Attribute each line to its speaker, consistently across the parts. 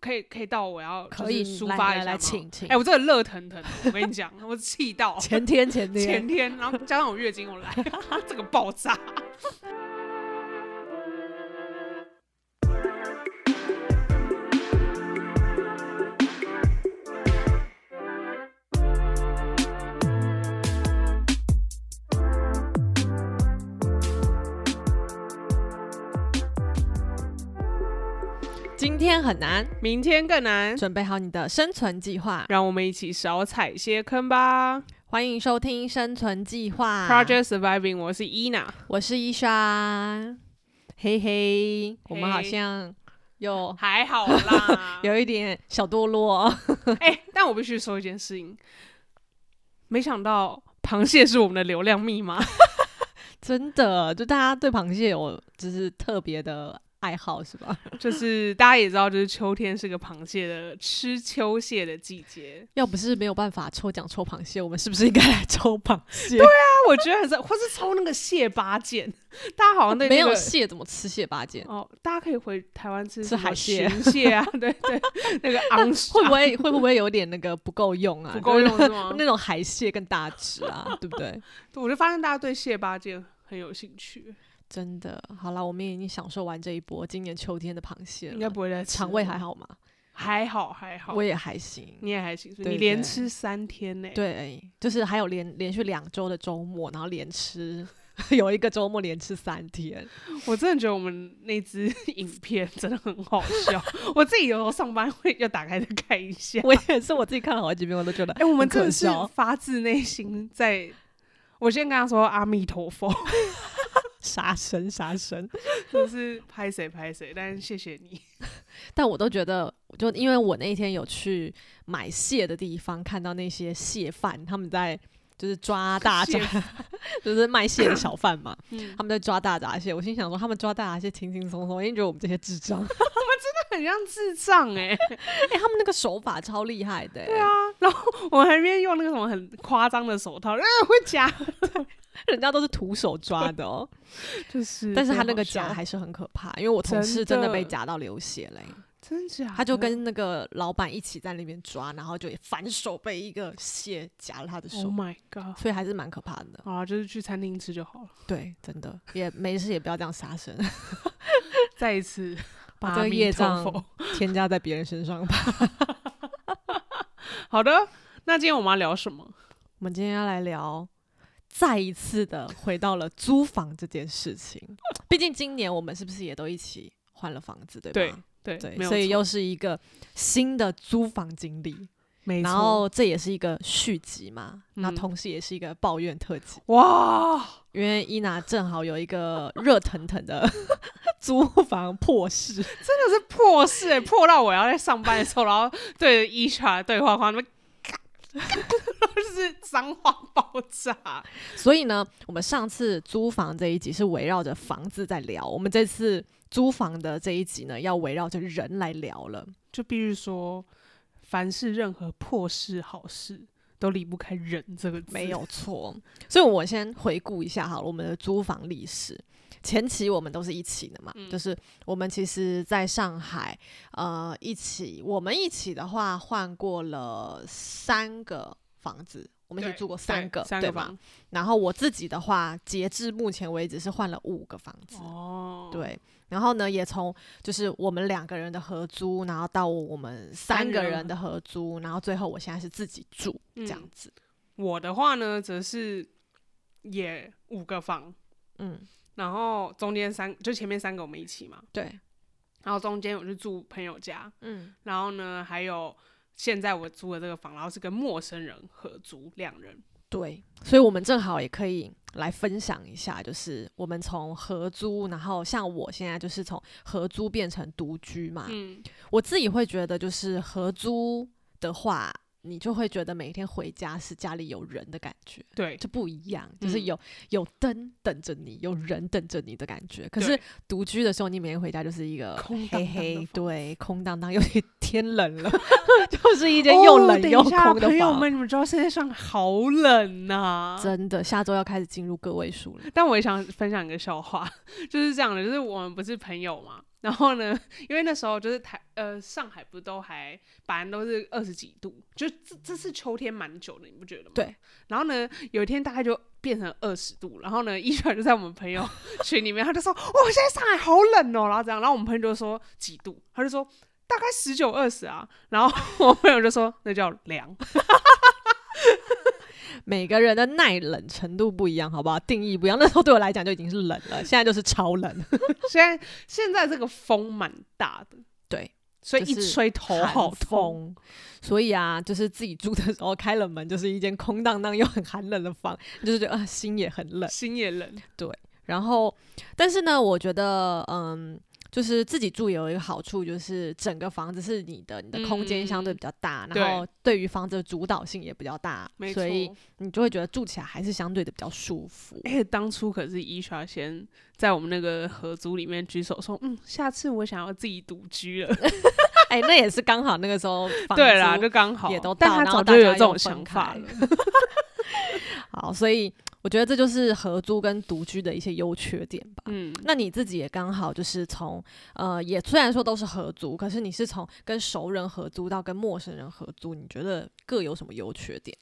Speaker 1: 可以可以到我要
Speaker 2: 可以
Speaker 1: 就是抒发一下
Speaker 2: 来来来，
Speaker 1: 吗
Speaker 2: 请请
Speaker 1: 哎、。我真的热腾腾的，我跟你讲，我气到
Speaker 2: 前天前
Speaker 1: 前
Speaker 2: 天，
Speaker 1: 天，然后加上我月经我来，这个爆炸。
Speaker 2: 今天很 难，
Speaker 1: 明天更难，
Speaker 2: 准备好你的生存计划，
Speaker 1: 让我们一起少踩些坑
Speaker 2: 啊
Speaker 1: 吧。
Speaker 2: 欢迎收听《生存计划》。
Speaker 1: Project Surviving，我是伊 娜，
Speaker 2: 我是伊莎，嘿嘿，我们好
Speaker 1: 嘿
Speaker 2: 像有。
Speaker 1: 还好啦
Speaker 2: 有一点小堕落，
Speaker 1: 哎、但我必须说一件事情，没想到螃蟹是我们的流量密码。
Speaker 2: 真的，就大家对螃蟹有就是特别的爱好是 吧？
Speaker 1: 就是大家也知道，就是秋天是个螃蟹的吃秋蟹的季节。
Speaker 2: 要不是没有办法抽奖抽螃蟹，我们是不是应该来抽螃蟹？对啊，
Speaker 1: 那我觉得很是，或是抽那个蟹八件，大家好像对、那
Speaker 2: 没有
Speaker 1: 个
Speaker 2: 蟹怎么吃蟹 八件？
Speaker 1: 哦，大家可以回台湾吃
Speaker 2: 吃
Speaker 1: 什么
Speaker 2: 海蟹
Speaker 1: 鲟蟹啊，对对，那个昂
Speaker 2: 会不会会不会有点那个不够用啊？
Speaker 1: 不够用是吗
Speaker 2: 就是那种海蟹更大只啊，对不对？
Speaker 1: 我就发现大家对蟹八件很有兴趣，
Speaker 2: 真的，好啦，我们已经享受完这一波今年秋天的螃蟹了，
Speaker 1: 应该不会再吃
Speaker 2: 肠胃
Speaker 1: 了
Speaker 2: 还好吗？
Speaker 1: 还好还好，
Speaker 2: 我也还行。
Speaker 1: 你也还行，是不是
Speaker 2: 对
Speaker 1: 你连
Speaker 2: 对
Speaker 1: 吃三天呢、，
Speaker 2: 对，就是还有连连续两周的周末，然后连吃， 有一个周末连吃三天，
Speaker 1: 我真的觉得我们那支 影片真的很好笑，我自己有时候上班会要打开再看一下。
Speaker 2: 我也是我自己看了好几遍，我都觉得
Speaker 1: 哎、我们
Speaker 2: 很
Speaker 1: 真
Speaker 2: 可
Speaker 1: 的是
Speaker 2: 笑，
Speaker 1: 发自内心在。我先跟他说阿弥陀佛，
Speaker 2: 杀生杀生，
Speaker 1: 就是拍谁拍谁，但是谢谢你。
Speaker 2: 但我都觉得，就因为我那一天有去买蟹的地方，看到那些蟹贩他们在。就是抓大闸
Speaker 1: 蟹，
Speaker 2: 就是卖蟹的小贩嘛，
Speaker 1: 嗯
Speaker 2: 他们在抓大闸蟹。我心想说，他们抓大闸蟹轻轻松松，因为觉得我们这些智 障，哎、
Speaker 1: 很像智障哎、
Speaker 2: 他们那个手法超厉害的、对啊，
Speaker 1: 我还边用那个什么很夸张的手套， 呃，会夹，
Speaker 2: 人家都是徒手抓的 哦。
Speaker 1: 就是
Speaker 2: 但是他
Speaker 1: 真的
Speaker 2: 那个
Speaker 1: 好笑
Speaker 2: 夹还是很可怕，因为我同事
Speaker 1: 真
Speaker 2: 真
Speaker 1: 的
Speaker 2: 的啊被夹到流血嘞、
Speaker 1: 真假的，
Speaker 2: 他就跟那个老板一起在那边抓，然后就反手被一个蟹夹了他的
Speaker 1: Oh
Speaker 2: 手，
Speaker 1: my god！
Speaker 2: 所以还是蛮可怕的。
Speaker 1: 啊，就是去餐厅吃就好了。
Speaker 2: 对，真的也没事，也不要这样杀生，
Speaker 1: 再一次
Speaker 2: 把
Speaker 1: 阿
Speaker 2: 这个
Speaker 1: 弥
Speaker 2: 业
Speaker 1: 陀
Speaker 2: 障
Speaker 1: 佛
Speaker 2: 添加在别人身上吧。
Speaker 1: 好的，那今天我们要聊什么？
Speaker 2: 我们今天要来聊。再一次的回到了租房这件事情，毕竟今年我们是不是也都一起换了房子，对吧？
Speaker 1: 对没有
Speaker 2: 所以
Speaker 1: 错
Speaker 2: 又是一个新的租房经历。
Speaker 1: 没
Speaker 2: 然
Speaker 1: 错
Speaker 2: 后这也是一个续集嘛，那
Speaker 1: 嗯
Speaker 2: 同时也是一个抱怨特辑，
Speaker 1: 哇，
Speaker 2: 因为伊娜正好有一个热腾腾的 租房破事，
Speaker 1: 真的是破事、欸，破到我要在上班的时候，然后对着 HR 对话框那边。 就是脏话爆炸，
Speaker 2: 所以呢，我们上次租房这一集是围绕着房子在聊，我们这次租房的这一集呢，要围绕着人来聊了。
Speaker 1: 就必须说，凡是任何破事好事都离不开“人”这个字。
Speaker 2: 没有 错，所以我先回顾一下好了，我们的租房历史。前期我们都是一起的嘛，
Speaker 1: 嗯
Speaker 2: 就是我们其实在上海，呃，一起我们一起的话换过了三个房子，我们一起
Speaker 1: 对
Speaker 2: 住过三个，
Speaker 1: 三
Speaker 2: 对
Speaker 1: 个
Speaker 2: 吧？
Speaker 1: 房
Speaker 2: 然后我自己的话，截至目前为止是换了五个房子，
Speaker 1: 哦，
Speaker 2: 对。然后呢，也从就是我们两个人的合租，然后到我们三
Speaker 1: 三
Speaker 2: 个
Speaker 1: 人
Speaker 2: 人的合租，然后最后我现在是自己住这
Speaker 1: 嗯
Speaker 2: 样子，
Speaker 1: 我的话呢，则是也五个房，
Speaker 2: 嗯，
Speaker 1: 然后中间三就前面三个我们一起嘛，
Speaker 2: 对，
Speaker 1: 然后中间我就住朋友家，
Speaker 2: 嗯。
Speaker 1: 然后呢还有现在我租的这个房，然后是跟陌生人合租两人，
Speaker 2: 对，所以我们正好也可以来分享一下，就是我们从合租，然后像我现在就是从合租变成独居嘛。
Speaker 1: 嗯，
Speaker 2: 我自己会觉得，就是合租的话，你就会觉得每天回家是家里有人的感觉，
Speaker 1: 对，
Speaker 2: 就不一样，就是
Speaker 1: 嗯
Speaker 2: 有、有灯等着你，有人等着你的感觉。可
Speaker 1: 对
Speaker 2: 是独居的时候，你每天回家就是一个
Speaker 1: 空荡荡
Speaker 2: 黑
Speaker 1: 的
Speaker 2: 黑，
Speaker 1: 房
Speaker 2: 对，空荡荡，尤其 天冷了，就是一间又冷又
Speaker 1: 哦、等一下
Speaker 2: 空的
Speaker 1: 朋友
Speaker 2: 房。
Speaker 1: 们，你们知道现在上海好冷啊呐、
Speaker 2: 真的，下周要开始进入个位数了。
Speaker 1: 但我也想分享一个笑话，就是这样的，就是我们不是朋友嘛，然后呢，因为那时候就是台呃上海不都还本来都是二十几度，就这这次秋天蛮久的，你不觉得吗？
Speaker 2: 对。
Speaker 1: 然后呢，有一天大概就变成二十度，然后呢，一传就在我们朋友 群里面，他就说：“哇，现在上海好冷哦。”然后这样，然后我们朋友就说几度，他就说大概十九二十啊。然后我朋友就说那叫凉。
Speaker 2: 每个人的耐冷程度不一样，好不好？定义不一样。那时候对我来讲就已经是冷了，现在就是超冷，
Speaker 1: 现在现在这个风蛮大的，
Speaker 2: 对，
Speaker 1: 所以
Speaker 2: 就
Speaker 1: 一
Speaker 2: 是
Speaker 1: 吹头好
Speaker 2: 寒
Speaker 1: 痛。
Speaker 2: 风。所以啊，就是自己住的时候开了门，就是一间空荡荡又很寒冷的房，就是觉得啊、心也很 冷。
Speaker 1: 心也冷，
Speaker 2: 然后，但是呢，我觉得，嗯，就是自己住有一个好处，就是整个房子是你的，你的空间相对比较大，
Speaker 1: 对
Speaker 2: 然后对于房子的主导性也比较大
Speaker 1: 嗯没，错
Speaker 2: 所。以你就会觉得住起来还是相对的比较舒服。
Speaker 1: 哎、当初可是伊莎先在我们那个合租里面举手说，嗯，下次我想要自己独居了。
Speaker 2: 哎、那也是刚好那个时候
Speaker 1: 呃
Speaker 2: 房
Speaker 1: 对啦，
Speaker 2: 租
Speaker 1: 就刚好，
Speaker 2: 也都
Speaker 1: 但
Speaker 2: 到
Speaker 1: 他
Speaker 2: 然后
Speaker 1: 早
Speaker 2: 大
Speaker 1: 就有
Speaker 2: 家
Speaker 1: 这
Speaker 2: 又
Speaker 1: 种
Speaker 2: 分
Speaker 1: 想法
Speaker 2: 开
Speaker 1: 了。
Speaker 2: 好，所以我觉得这就是合租跟独居的一些优缺点吧。
Speaker 1: 嗯，
Speaker 2: 那你自己也刚好就是从呃，也虽然说都是合租，可是你是从跟熟人合租到跟陌生人合租，你觉得各有什么优缺点？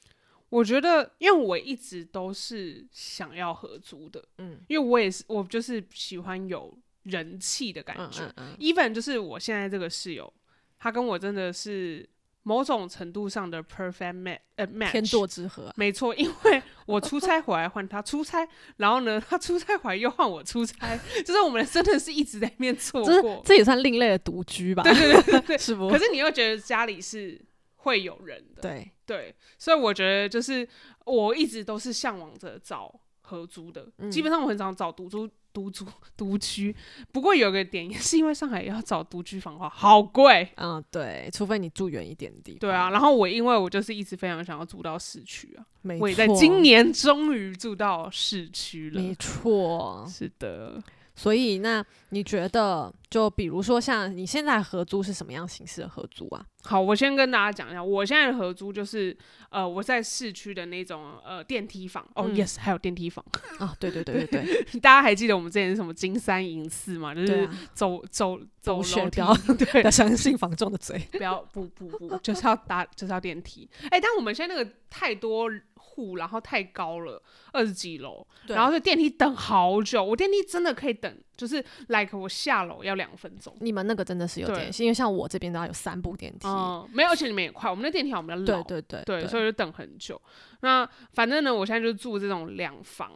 Speaker 1: 我觉得，因为我一直都是想要合租的，
Speaker 2: 嗯，
Speaker 1: 因为我也是，我就是喜欢有人气的感
Speaker 2: 嗯
Speaker 1: 觉。
Speaker 2: 嗯嗯，
Speaker 1: even 就是我现在这个室友，他跟我真的是某种程度上的 perfect match，呃，match
Speaker 2: 天作之合啊、
Speaker 1: 没错，因为我出差回来换他出差，然后呢，他出差回来又换我出差，就是我们真的是一直在面错
Speaker 2: 这
Speaker 1: 过。
Speaker 2: 这也算另类的独居吧？
Speaker 1: 对对对对对。
Speaker 2: 是不
Speaker 1: 可？是你又觉得家里是会有人的，
Speaker 2: 对，
Speaker 1: 对所以我觉得就是我一直都是向往着找合租的，
Speaker 2: 嗯
Speaker 1: 基本上我很常找独租、独租、独居。不过有个点也是因为上海要找独居房的话好贵，
Speaker 2: 嗯，对，除非你住远一点的地方。
Speaker 1: 对啊。，然后我因为我就是一直非常想要住到市区啊，
Speaker 2: 没错。
Speaker 1: 我也在今年终于住到市区了
Speaker 2: 没。错，
Speaker 1: 是的，
Speaker 2: 所以那你觉得，就比如说像你现在合租是什么样形式的合租啊？
Speaker 1: 好，我先跟大家讲一下，我现在的合租就是，呃，我在市区的那种呃电梯房，哦、
Speaker 2: 嗯
Speaker 1: y e s 还有电梯房，
Speaker 2: 啊，对对对对对，
Speaker 1: 大家还记得我们之前是什么金山银四嘛， 就
Speaker 2: 对
Speaker 1: 是
Speaker 2: 啊，
Speaker 1: 走、走走
Speaker 2: 雪
Speaker 1: 楼梯
Speaker 2: 标，
Speaker 1: 对
Speaker 2: 要，相信房仲的 嘴。
Speaker 1: 不要不不不，就是要搭就是要电梯，哎、但我们现在那个太多户，然后太高了，二十几楼，
Speaker 2: 对
Speaker 1: 然后就电梯等好久，我电梯真的可以等，就是 like 我下楼要两分钟。
Speaker 2: 你们那个真的是有
Speaker 1: 对
Speaker 2: 点，因为像我这边的话有三部电梯，
Speaker 1: 嗯，没有，而且你们也快，我们的电梯好像比较老
Speaker 2: 对，对对
Speaker 1: 对，所以就等很久。那反正呢，我现在就住这种两房。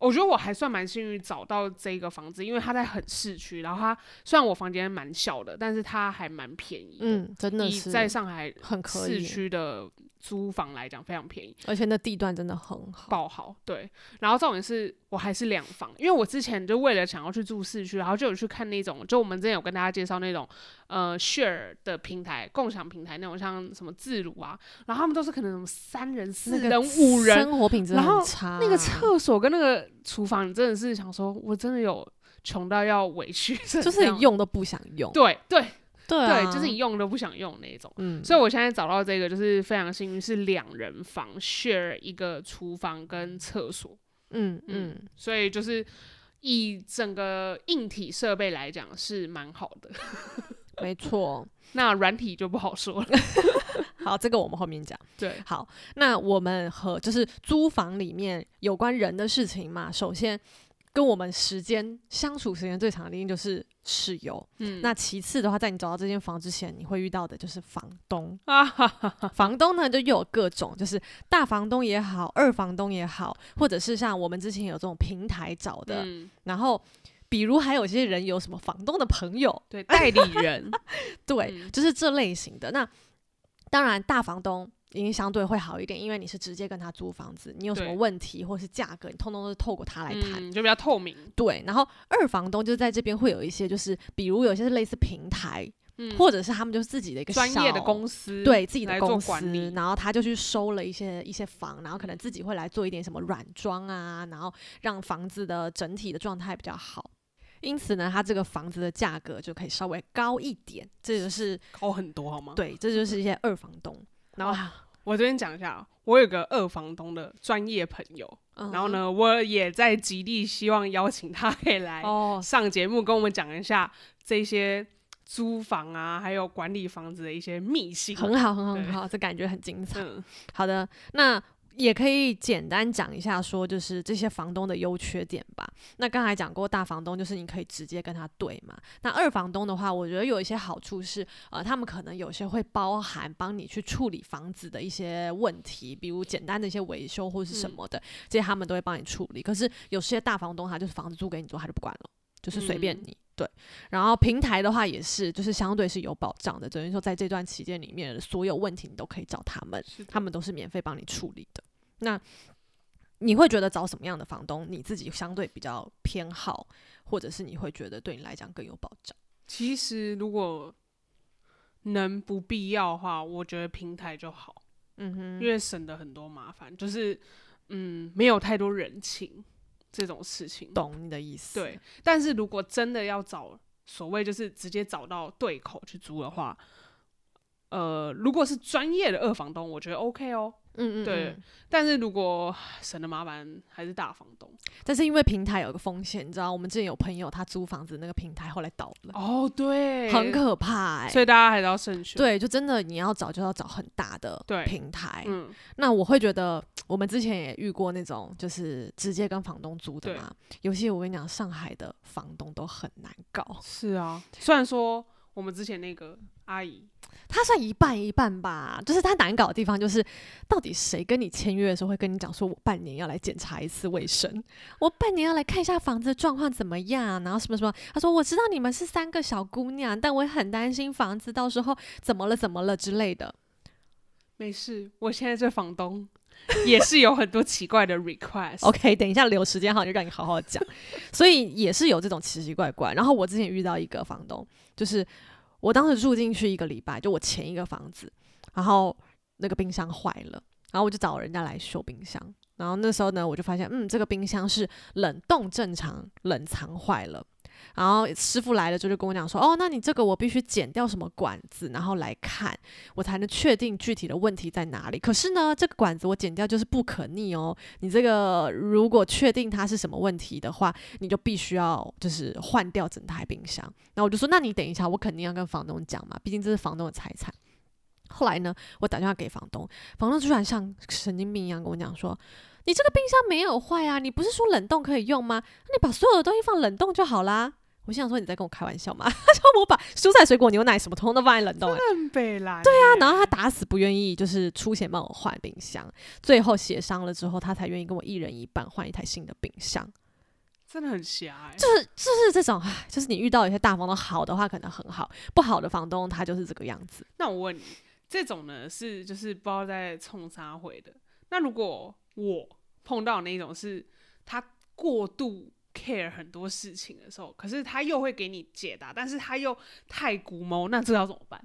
Speaker 1: 我觉得我还算蛮幸运找到这个房子，因为它在很市区，然后它虽然我房间蛮小的，但是它还蛮便宜的。
Speaker 2: 嗯，真的
Speaker 1: 以
Speaker 2: 是
Speaker 1: 在上海
Speaker 2: 很可
Speaker 1: 市
Speaker 2: 以，
Speaker 1: 区的租房来讲，非常便宜，
Speaker 2: 而且那地段真的很好。
Speaker 1: 爆好。对，然后重点是我还是两房，因为我之前就为了想要去住市区，然后就有去看那种，就我们之前有跟大家介绍那种呃 share 的平台、共享平台那种，像什么自如啊，然后他们都是可能什么三人、四
Speaker 2: 那
Speaker 1: 人、
Speaker 2: 个
Speaker 1: 五人，
Speaker 2: 生活啊品质
Speaker 1: 然后
Speaker 2: 很差，
Speaker 1: 那个厕所跟那个厨房，你真的是想说，我真的有穷到要委屈成这样，
Speaker 2: 就是你用都不想用，
Speaker 1: 对对
Speaker 2: 对啊
Speaker 1: 对，就是你用都不想用那一种。
Speaker 2: 嗯，
Speaker 1: 所以我现在找到这个就是非常幸运，是两人房 share 一个厨房跟厕所，
Speaker 2: 嗯
Speaker 1: 嗯
Speaker 2: 嗯，
Speaker 1: 所以就是以整个硬体设备来讲是蛮好的。
Speaker 2: 没错。
Speaker 1: 那软体就不好说 了，
Speaker 2: 好，这个我们后面讲。
Speaker 1: 对，
Speaker 2: 好，那我们和就是租房里面有关人的事情嘛，首先跟我们时间相处时间最长的一定就是室友。
Speaker 1: 嗯，
Speaker 2: 那其次的话，在你找到这间房之前，你会遇到的就是房东。
Speaker 1: 啊哈哈哈，
Speaker 2: 房东呢，就又有各种，就是大房东也好，二房东也好，或者是像我们之前有这种平台找的，
Speaker 1: 嗯，
Speaker 2: 然后。比如还有些人有什么房东的朋友，
Speaker 1: 对，代理人，
Speaker 2: 对，
Speaker 1: 嗯
Speaker 2: 就是这类型的。那当然，大房东已经相对会好一点，因为你是直接跟他租房子，你有什么
Speaker 1: 对
Speaker 2: 问题或是价格，你通通都是透过他来谈。
Speaker 1: 嗯，就比较透明，
Speaker 2: 对，然后二房东就在这边会有一些，就是比如有些是类似平台，
Speaker 1: 嗯，
Speaker 2: 或者是他们就是自己的一个
Speaker 1: 专业的
Speaker 2: 小
Speaker 1: 公司，
Speaker 2: 对自己
Speaker 1: 来
Speaker 2: 的
Speaker 1: 做
Speaker 2: 公
Speaker 1: 管
Speaker 2: 司，
Speaker 1: 理
Speaker 2: 然后他就去收了一些一些房，然后可能自己会来做一点什么软装啊，然后让房子的整体的状态比较好。因此呢，他这个房子的价格就可以稍微高一点，这就是
Speaker 1: 高哦很多好吗？
Speaker 2: 对，这就是一些二房东。然后
Speaker 1: 哦，我这边讲一下，啊我有个二房东的专业朋友，
Speaker 2: 嗯
Speaker 1: 然后？呢，我也在极力希望邀请他可以来
Speaker 2: 哦，
Speaker 1: 上节目跟我们讲一下这些租房啊，还有管理房子的一些秘辛。
Speaker 2: 很好，很好，很
Speaker 1: 对
Speaker 2: 好，这感觉很精彩。
Speaker 1: 嗯，
Speaker 2: 好的，那也可以简单讲一下，说就是这些房东的优缺点吧。那刚才讲过，大房东就是你可以直接跟他对嘛。那二房东的话，我觉得有一些好处是，呃，他们可能有些会包含帮你去处理房子的一些问题，比如简单的一些维修或是什么的，这些他们都会帮你处理。可是有些大房东他就是房子租给你之后他就不管了，就是随便
Speaker 1: 嗯
Speaker 2: 你。对，然后平台的话也是，就是相对是有保障的，等于说在这段期间里面，所有问题你都可以找他们。
Speaker 1: 是的
Speaker 2: 他们都是免费帮你处理的。那你会觉得找什么样的房东，你自己相对比较偏好，或者是你会觉得对你来讲更有保障？
Speaker 1: 其实如果能不必要的话，我觉得平台就好，
Speaker 2: 嗯哼
Speaker 1: 因为省得很多麻烦，就是嗯，没有太多人情这种事情。
Speaker 2: 懂你的意
Speaker 1: 嗯
Speaker 2: 思。
Speaker 1: 对，，但是如果真的要找所谓就是直接找到对口去租的话，呃，如果是专业的二房东，我觉得 OK 哦。
Speaker 2: 嗯嗯，
Speaker 1: 对
Speaker 2: 嗯。
Speaker 1: 但是如果省的麻烦还是大房东
Speaker 2: 但是因为平台有个风险，你知道，我们之前有朋友他租房子，那个平台后来倒了，
Speaker 1: 哦，对，
Speaker 2: 很可怕、
Speaker 1: 所
Speaker 2: 欸。
Speaker 1: 以大家还是要慎选。，
Speaker 2: 对，就真的你要找就要找很大的
Speaker 1: 对
Speaker 2: 平台。
Speaker 1: 嗯，
Speaker 2: 那我会觉得，我们之前也遇过那种就是直接跟房东租的
Speaker 1: 对
Speaker 2: 嘛。尤其我跟你讲，上海的房东都很难搞。
Speaker 1: 是啊。虽然说我们之前那个阿姨，
Speaker 2: 他算一半一半吧，就是他难搞的地方就是，到底谁跟你签约的时候会跟你讲说，我半年要来检查一次卫生，我半年要来看一下房子的状况怎么样，啊然后什么什么，他说我知道你们是三个小姑娘，但我也很担心房子到时候怎么了怎么了之类的。
Speaker 1: 没事，我现在这房东 也是有很多奇怪的 request。
Speaker 2: OK，等一下留时间哈，就让你好好讲。 所以也是有这种奇奇怪怪。然后我之前遇到一个房东，就是我当时住进去一个礼拜，就我前一个房子，然后那个冰箱坏了，然后我就找人家来修冰箱。然后那时候呢，我就发现，嗯，这个冰箱是冷冻正常，冷藏坏了。然后师傅来了之后就跟我讲说，哦，那你这个我必须剪掉什么管子，然后来看，我才能确定具体的问题在哪里。可是呢，这个管子我剪掉就是不可逆哦，你这个如果确定它是什么问题的话，你就必须要就是换掉整台冰箱。然后我就说，那你等一下，我肯定要跟房东讲嘛，毕竟这是房东的财产。后来呢，我打电话给房东，房东居然像神经病一样跟我讲说：“你这个冰箱没有坏啊，你不是说冷冻可以用吗？那你把所有的东西放冷冻就好啦。”我心想说你在跟我开玩笑吗？ 他叫我把蔬菜、水果、牛奶什么通通都放在冷冻、欸，
Speaker 1: 很北蓝。对啊
Speaker 2: 然后他打死不愿意，就是出钱帮我换冰箱。最后协商了之后，他才愿意跟我一人一半换一台新的冰箱。
Speaker 1: 真的很欸狭隘。
Speaker 2: 就是就是这种，唉就是你遇到一些大房东好的话可能很好，不好的房东他就是这个样子。
Speaker 1: 那我问你，这种呢是就是不知道在冲啥回的。那如果我碰到那种是他过度 care 很多事情的时候，可是他又会给你解答，但是他又太古猫，那这要怎么办？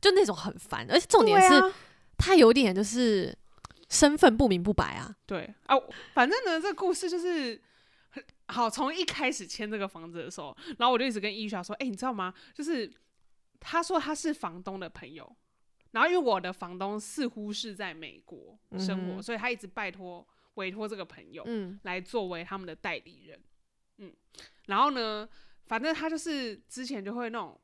Speaker 2: 就那种很烦，而且重点是、
Speaker 1: 对啊
Speaker 2: 他有点就是身份不明不白啊。
Speaker 1: 对啊，我反正呢，这个故事就是很好。从一开始签这个房子的时候，然后我就一直跟伊莎说：“哎、你知道吗？就是他说他是房东的朋友，然后因为我的房东似乎是在美国生活，
Speaker 2: 嗯哼
Speaker 1: 所以他一直拜托委托这个朋友
Speaker 2: 嗯，
Speaker 1: 来作为他们的代理人。嗯，然后呢，反正他就是之前就会那种，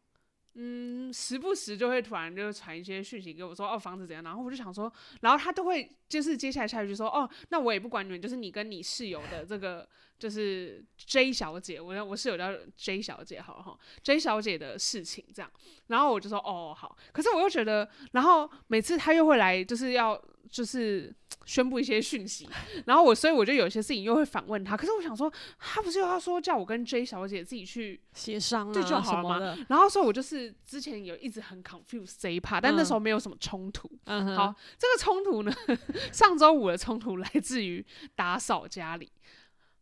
Speaker 1: 嗯，时不时就会突然就传一些讯息给我说，哦，房子怎样，然后我就想说，然后他都会就是接下来下一句说，哦，那我也不管你们，就是你跟你室友的这个就是 J 小姐，我我室友叫 J 小姐，好了哈，J 小姐的事情这样，然后我就说，哦，好，可是我又觉得，然后每次他又会来，就是要就是。宣布一些讯息，然后我，所以我就有些事情又会反问他。可是我想说，他不是又要说叫我跟 J 小姐自己去，
Speaker 2: 协商啊
Speaker 1: 这就好
Speaker 2: 什
Speaker 1: 了
Speaker 2: 么
Speaker 1: 嘛
Speaker 2: 的，
Speaker 1: 然后所以我就是之前有一直很 confuse 这一 part，但那
Speaker 2: 嗯
Speaker 1: 时候没有什么冲突。
Speaker 2: 嗯哼
Speaker 1: 好，这个冲突呢， 上周五的冲突来自于打扫家里。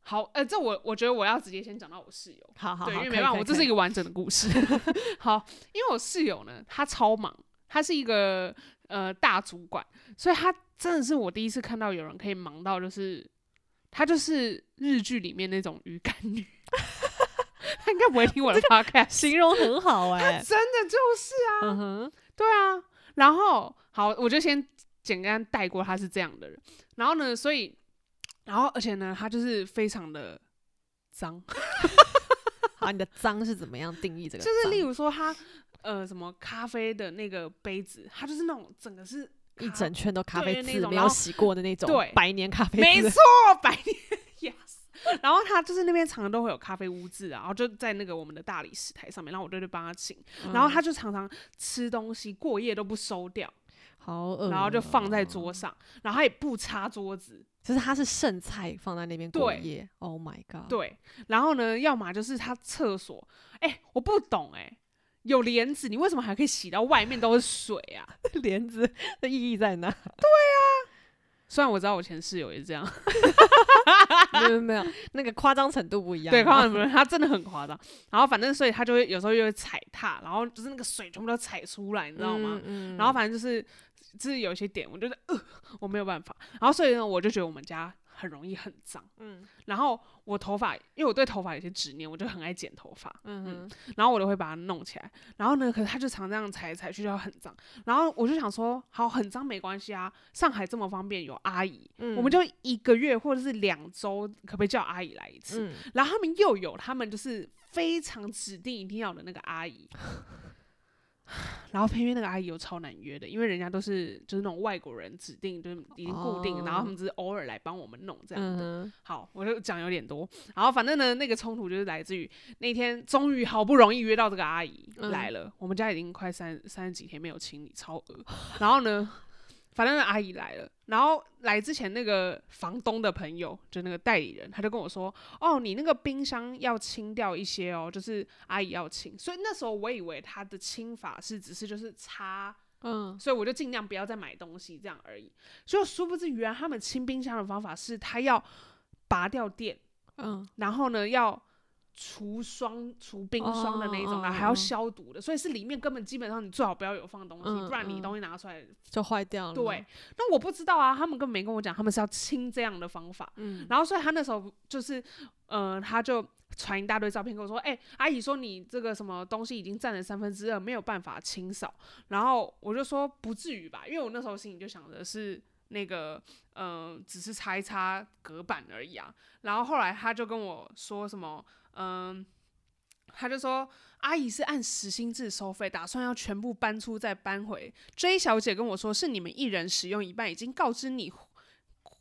Speaker 1: 好，呃，这我我觉得我要直接先讲到我室友，
Speaker 2: 好好好，
Speaker 1: 对，因为
Speaker 2: 可
Speaker 1: 没
Speaker 2: 以
Speaker 1: 办
Speaker 2: 可
Speaker 1: 法，
Speaker 2: 以
Speaker 1: 我这
Speaker 2: 可
Speaker 1: 是
Speaker 2: 以
Speaker 1: 一个完整的故事。 好，因为我室友呢，他超忙，他是一个呃大主管，所以他真的是我第一次看到有人可以忙到，就是他就是日剧里面那种鱼干女。 他应该不会听我 的 podcast，
Speaker 2: 形容很好 哎、
Speaker 1: 真的就是啊，
Speaker 2: 嗯哼，
Speaker 1: 对啊。然后好，我就先简单带过他是这样的人。然后呢，所以，然后而且呢，他就是非常的脏，
Speaker 2: 啊，你的脏是怎么样定义这个
Speaker 1: 就
Speaker 2: 脏？
Speaker 1: 是例如说它呃什么咖啡的那个杯子，它就是那种整个是
Speaker 2: 一
Speaker 1: 咖
Speaker 2: 整圈都咖
Speaker 1: 对
Speaker 2: 啡
Speaker 1: 那
Speaker 2: 渍
Speaker 1: 种
Speaker 2: 没
Speaker 1: 然
Speaker 2: 有
Speaker 1: 后
Speaker 2: 洗过的那种
Speaker 1: 对
Speaker 2: 百年咖啡
Speaker 1: 没
Speaker 2: 渍
Speaker 1: 错，百年 yes。然后 它就是那边常常都会有咖啡污渍啊，然后就在那个我们的大理石台上面，然后我就会帮他请，然后他就常常吃东西过夜都不收掉，
Speaker 2: 好恶，哦
Speaker 1: 然后就放
Speaker 2: 嗯
Speaker 1: 在。桌上，然后他也不擦桌子，
Speaker 2: 就是它是剩菜放在那边过
Speaker 1: 对
Speaker 2: 夜。Oh my god！，
Speaker 1: 对，然后呢，要么就是他厕所，哎、我不懂哎、有帘子，你为什么还可以洗到外面都是水啊？
Speaker 2: 帘子的意义在哪？
Speaker 1: 虽然我知道我前室友也是这样，
Speaker 2: 没有没有没有，那个夸张程度不一样。啊
Speaker 1: 对，夸张不是，他真的很夸张。然后反正所以他就会有时候又会踩踏，然后就是那个水全部都踩出来，你
Speaker 2: 你
Speaker 1: 知道吗？？
Speaker 2: 嗯
Speaker 1: 然后反正就是，就是有一些点，我觉得呃，我没有办法。然后所以呢，我就觉得我们家很容易很脏。
Speaker 2: 嗯
Speaker 1: 然后我头发，因为我对头发有些执念，我就很爱剪头发，
Speaker 2: 嗯哼
Speaker 1: 然后我都会把它弄起来。然后呢，可是它就常这样踩来踩去，就很脏。然后我就想说，好，很脏没关系啊，上海这么方便，有阿姨，
Speaker 2: 嗯
Speaker 1: 我们就一个月或者是两周，可不可以叫阿姨来一次？
Speaker 2: 嗯，
Speaker 1: 然后他们又有他们就是非常指定一定要的那个阿 姨，然后偏偏那个阿姨又超难约的，因为人家都是就是那种外国人指定，就是已经固定，然后
Speaker 2: 哦
Speaker 1: 他们只是偶尔来帮我们弄这样
Speaker 2: 嗯
Speaker 1: 的。
Speaker 2: 哼
Speaker 1: 好，我就讲有点多，然后反正呢，那个冲突就是来自于那天终于好不容易约到这个阿姨
Speaker 2: 嗯
Speaker 1: 来了，我们家已经快三三十几天没有清理，超恶。然后呢， 反正那阿姨来了，然后来之前那个房东的朋友，就那个代理人，他就跟我说：“哦，你那个冰箱要清掉一些哦，就是阿姨要清。”所以那时候我以为他的清法是只是就是擦，
Speaker 2: 嗯，
Speaker 1: 所以我就尽量不要再买东西这样而已。就殊不知，原来他们清冰箱的方法是他要拔掉电，
Speaker 2: 嗯，
Speaker 1: 然后呢要。除霜、除冰霜的那一种，
Speaker 2: 哦
Speaker 1: 然后还
Speaker 2: 哦
Speaker 1: 要
Speaker 2: 哦
Speaker 1: 消毒的，所以是里面根本基本上你最好不要有放东西，
Speaker 2: 嗯
Speaker 1: 不然你
Speaker 2: 嗯
Speaker 1: 东西拿出来
Speaker 2: 就坏掉了。
Speaker 1: 对，，那我不知道啊，他们根本没跟我讲，他们是要清这样的方法。
Speaker 2: 嗯，
Speaker 1: 然后所以他那时候就是，呃，他就传一大堆照片跟我说，哎、阿姨说你这个什么东西已经占了三分之二，没有办法清扫。然后我就说不至于吧，因为我那时候心里就想的是。那个，呃，只是擦一擦隔板而已啊。然后后来他就跟我说什么，嗯、他就说阿姨是按时薪制收费，打算要全部搬出再搬回。J 小姐跟我说是你们一人使用一半，已经告知你，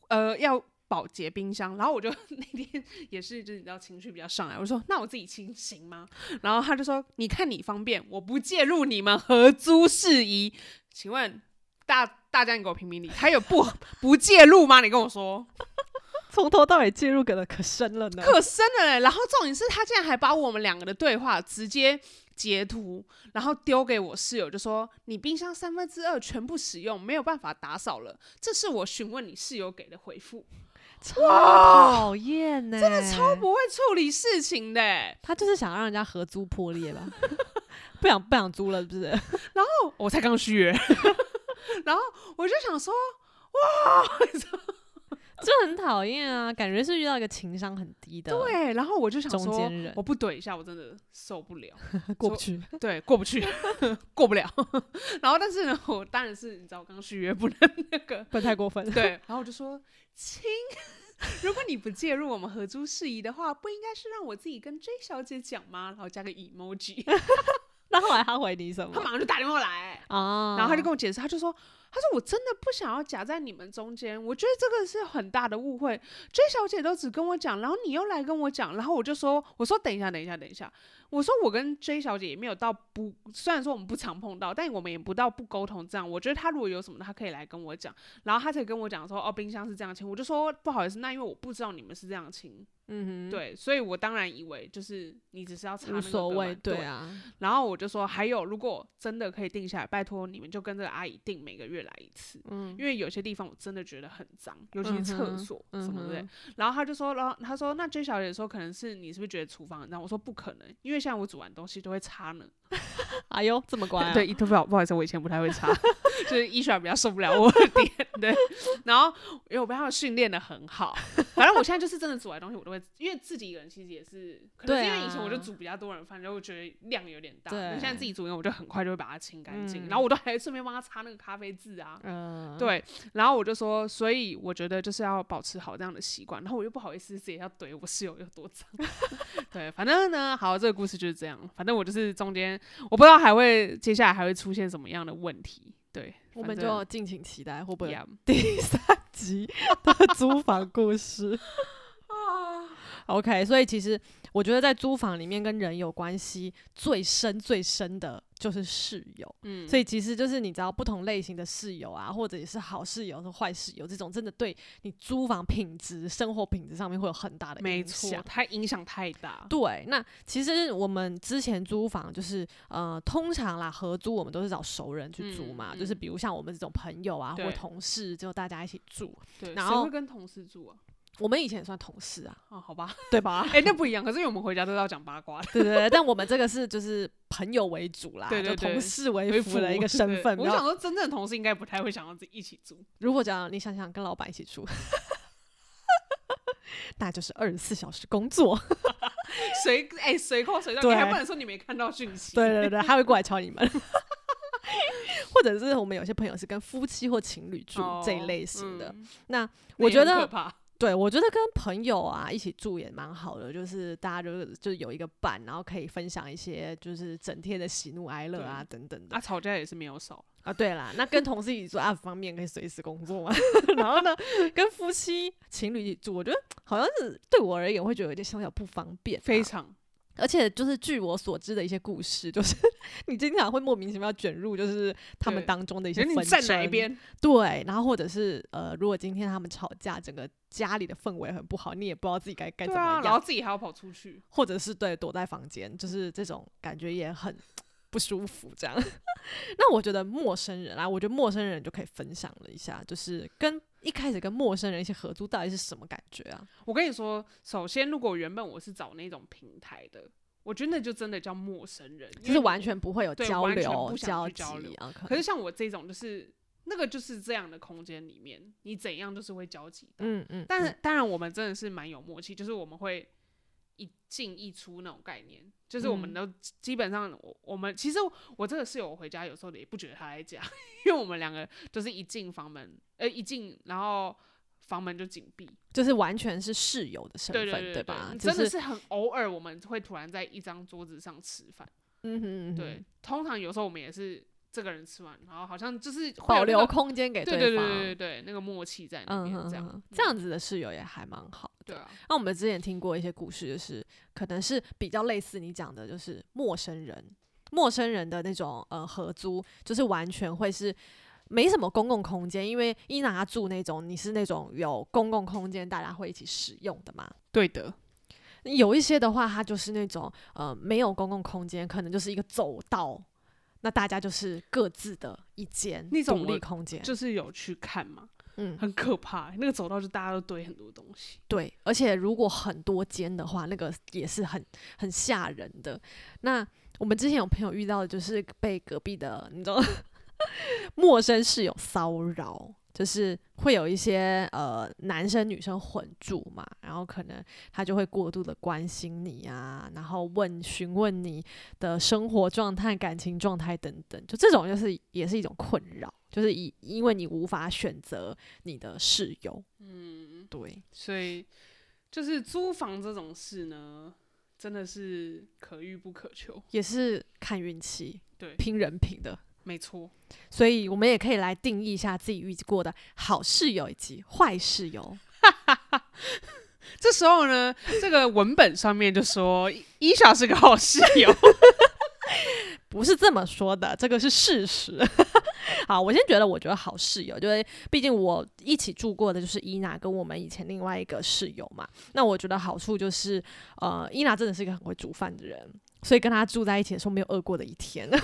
Speaker 1: 呃，要保洁冰箱。然后我就 那天也是，就是你知道情绪比较上来，我说那我自己清行吗？然后他就说你看你方便，我不介入你们合租事宜。请问大大家你给我评评理，他有不 不介入吗？你跟我说。
Speaker 2: 从头到尾介入可能可 深了呢。
Speaker 1: 可深了嘞。然后重点是他竟然还把我们两个的对话直接截图，然后丢给我室友，就说你冰箱三分之二全部使用，没有办法打扫了。这是我询问你室友给的回复，
Speaker 2: 超讨厌呢，真的
Speaker 1: 他不会处理事情的欸。
Speaker 2: 他就是想让人家合租破裂吧？ 不想不想租了，是不 是？
Speaker 1: 哦我才刚续欸，然后我就想说，
Speaker 2: 就很讨厌啊，感觉是遇到一个情商很低的
Speaker 1: 对，然后我就想
Speaker 2: 中
Speaker 1: 说
Speaker 2: 间，人
Speaker 1: 我不怼一下，我真的受不了。
Speaker 2: 过不去。
Speaker 1: 对，过不去， 过不了。 然后但是呢，我当然是你知道，我刚续约不能那个，
Speaker 2: 不能太 过分。
Speaker 1: 对，然后我就说：“亲， 如果你不介入我们合租事宜的话，不应该是让我自己跟 J 小姐讲吗？”然后加个 emoji，
Speaker 2: 那后来他回你什
Speaker 1: 他
Speaker 2: 么？
Speaker 1: 马上就打电话来，
Speaker 2: 啊
Speaker 1: 然后他就跟我解释，他就说：“他说我真的不想要夹在你们中间，我觉得这个是很大的误会。J 小姐都只跟我讲，然后你又来跟我讲，然后我就说，我说等一下，等一下，等一下，我说我跟 J 小姐也没有到不，虽然说我们不常碰到，但我们也不到不沟通这样。我觉得她如果有什么，她可以来跟我讲，然后她才跟我讲说，哦，冰箱是这样清，我就说不好意思，那因为我不知道你们是这样清，
Speaker 2: 嗯哼，
Speaker 1: 对，所以我当然以为就是你只是要擦那个
Speaker 2: 无所
Speaker 1: 隔板
Speaker 2: 谓，对啊，
Speaker 1: 然后我就说，还有，如果真的可以定下来，拜托你们就跟这个阿姨定每个月来一次，
Speaker 2: 嗯
Speaker 1: 因为有些地方我真的觉得很脏，尤其是
Speaker 2: 嗯
Speaker 1: 厕
Speaker 2: 哼
Speaker 1: 所
Speaker 2: 嗯
Speaker 1: 什么的。
Speaker 2: 哼
Speaker 1: 然后他就说，然后他说，那 J 小姐说，可能是你是不是觉得厨房很脏？我说不可能，因为现在我煮完东西都会擦呢。
Speaker 2: 哎呦，这么乖啊，
Speaker 1: 对，对，不好不好意思，我以前不太会擦，就是医学比较受不了我的点。对，然后因为我被他们训练的很好，反正我现在就是真的煮来东西，我都会，因为自己一个人其实也是，可能
Speaker 2: 对
Speaker 1: 是因
Speaker 2: 啊
Speaker 1: 为以前我就煮比较多人饭，然后我觉得量有点大，
Speaker 2: 对
Speaker 1: 我现在自己煮，因为我就很快就会把它清干净，
Speaker 2: 嗯
Speaker 1: 然后我都还顺便帮他擦那个咖啡渍啊，
Speaker 2: 嗯，
Speaker 1: 对，然后我就说，所以我觉得就是要保持好这样的习惯，然后我又不好意思直接要怼我室友有多脏， 对，反正呢，好，这个故事就是这样，反正我就是中间我不知道还会接下来还会出现什么样的问题，对，
Speaker 2: 我
Speaker 1: 反
Speaker 2: 们
Speaker 1: 正
Speaker 2: 就敬请期待会不会有
Speaker 1: yeah
Speaker 2: 第三集 的租房故 事。OK，所以其实我觉得在租房里面跟人有关系最深最深的就是室友，
Speaker 1: 嗯，
Speaker 2: 所
Speaker 1: 以
Speaker 2: 以其实就是你知道不同类型的室友啊，或者也是好室友和坏室友这种，真的对你租房品质、生活品质上面会有很大的
Speaker 1: 没
Speaker 2: 影
Speaker 1: 错，
Speaker 2: 响。
Speaker 1: 它影响太大，
Speaker 2: 对，那其实我们之前租房就是呃，通常啦合租我们都是找熟人去租
Speaker 1: 嗯
Speaker 2: 嘛，
Speaker 1: 嗯
Speaker 2: 就是比如像我们这种朋友啊或
Speaker 1: 对
Speaker 2: 同事，就大家一起住。
Speaker 1: 对，
Speaker 2: 然
Speaker 1: 谁
Speaker 2: 后
Speaker 1: 会跟同事住啊？
Speaker 2: 我们以前也算同 事啊，
Speaker 1: 哦，好 吧，
Speaker 2: 对吧？
Speaker 1: 哎，那不一样，可是因为我们回家都要讲八卦的，
Speaker 2: 对对对，但我们这个是就是朋友为主啦，
Speaker 1: 对对
Speaker 2: 就
Speaker 1: 对
Speaker 2: 同事为辅的一个身份。
Speaker 1: 我
Speaker 2: 然
Speaker 1: 想
Speaker 2: 后
Speaker 1: 说，真正的同事应该不太会想要自己一起住，
Speaker 2: 如果讲你想想跟老板一起住， 那就是二十四小时工作。
Speaker 1: 随哎随扣随到，
Speaker 2: 对
Speaker 1: 你还不能说你没看到讯息，
Speaker 2: 对对对，他会过来敲你 们。或者是我们有些朋友是跟夫妻或情侣住
Speaker 1: 哦
Speaker 2: 这一类型的，，
Speaker 1: 嗯
Speaker 2: 那
Speaker 1: 那
Speaker 2: 我
Speaker 1: 也
Speaker 2: 觉
Speaker 1: 很
Speaker 2: 得
Speaker 1: 可怕
Speaker 2: 对我觉得跟朋友啊一起住也蛮好的，就是大家就是就是有一个伴，然后可以分享一些就是整天的喜怒哀乐啊等等的
Speaker 1: 啊，吵架也是没有少，
Speaker 2: 啊，对啦，那跟同事一起住啊，方面可以随时工作 嘛。然后呢，跟夫妻、情侣一起住，我觉得好像是对我而言会觉得有点小小不方便、啊
Speaker 1: 非。常
Speaker 2: 而且就是据我所知的一些故事，就是 你经常会莫名其妙卷入，就是他们
Speaker 1: 对
Speaker 2: 当中的一些
Speaker 1: 觉得
Speaker 2: 纷
Speaker 1: 你
Speaker 2: 争。
Speaker 1: 站哪一？边，
Speaker 2: 对，然后或者是呃，如果今天他们吵架，整个家里的氛围很不好，你也不知道自己该该怎
Speaker 1: 对
Speaker 2: 么
Speaker 1: 啊，
Speaker 2: 样，
Speaker 1: 然后自己还要跑出去，
Speaker 2: 或者是对躲在房间，就是这种感觉也很不舒服。这样， 那我觉得陌生人啊，我觉得陌生人就可以分享了一下，就是跟一开始跟陌生人一起合租到底是什么感觉啊？
Speaker 1: 我跟你说，首先，如果原本我是找那种平台的，我觉得那就真的叫陌生人，因
Speaker 2: 就
Speaker 1: 为
Speaker 2: 是
Speaker 1: 我
Speaker 2: 完。全不会有
Speaker 1: 对
Speaker 2: 交
Speaker 1: 完全
Speaker 2: 流
Speaker 1: 不想去
Speaker 2: 集
Speaker 1: 交流
Speaker 2: 啊。
Speaker 1: 可
Speaker 2: 是，
Speaker 1: 是像我这种，就是那个就是这样的空间里面，你怎样就是会交集到。
Speaker 2: 嗯嗯，
Speaker 1: 但
Speaker 2: 嗯
Speaker 1: 是当然，我们真的是蛮有默契，就是我们会一进一出那种概念，就是我们
Speaker 2: 嗯
Speaker 1: 都基本上我我们其实我这个室友我回家有时候也不觉得他在家， 因为我们两个就是一进房门，呃，一进然后房门就紧闭，
Speaker 2: 就是完全是室友的身
Speaker 1: 对
Speaker 2: 份，
Speaker 1: 对对
Speaker 2: 吧？就
Speaker 1: 真的，是很偶尔我们会突然在一张桌子上吃饭，
Speaker 2: 嗯哼嗯哼，
Speaker 1: 对，通常有时候我们也是这个人吃完，然后好像就是会
Speaker 2: 保
Speaker 1: 有那
Speaker 2: 留
Speaker 1: 个
Speaker 2: 空间给
Speaker 1: 对
Speaker 2: 对
Speaker 1: 对
Speaker 2: 方。
Speaker 1: 对对对，那个默契在里
Speaker 2: 嗯
Speaker 1: 面，
Speaker 2: 哼
Speaker 1: 这
Speaker 2: 嗯
Speaker 1: 样
Speaker 2: 哼，这样子的室友也还蛮好的。
Speaker 1: 对啊，
Speaker 2: 那我们之前听过一些故事，就是可能是比较类似你讲的，就是陌生人，陌生人的那种呃合租，就是完全会是。没什么公共空间，因为伊拿住那种，你是那种有公共空间，大家会一起使用的嘛。
Speaker 1: 对的，
Speaker 2: 有一些的话，它就是那种呃没有公共空间，可能就是一个走道，那大家就是各自的一间
Speaker 1: 那种
Speaker 2: 独立
Speaker 1: 我
Speaker 2: 空间。
Speaker 1: 就是有去看嘛，
Speaker 2: 嗯，
Speaker 1: 很可怕、欸那个走道就大家都堆很多东西，
Speaker 2: 对，而且如果很多间的话，那个也是很很吓人的。那我们之前有朋友遇到，的就是被隔壁的你知道 陌生室友骚扰，就是会有一些呃男生女生混住嘛，然后可能他就会过度的关心你啊，然后问询问你的生活状态、感情状态等等，就这种就是也是一种困扰，就是以因为你无法选择你的室友，
Speaker 1: 嗯，
Speaker 2: 对。
Speaker 1: 所以就是租房这种事呢，真的是可遇不可求，
Speaker 2: 也是看运气，
Speaker 1: 对
Speaker 2: 拼人品的。
Speaker 1: 没错，
Speaker 2: 所以我们也可以来定义一下自己遇过的好室友以及坏室友。
Speaker 1: 这时候呢，这个文本上面就说 伊莎是个好室友，
Speaker 2: 不是这么说的，这个是事实。好，我先觉得，我觉得好室友，就是毕竟我一起住过的就是伊娜跟我们以前另外一个室友嘛。那我觉得好处就是，呃，伊娜真的是一个很会煮饭的人，所以跟她住在一起的时候没有饿过的一天。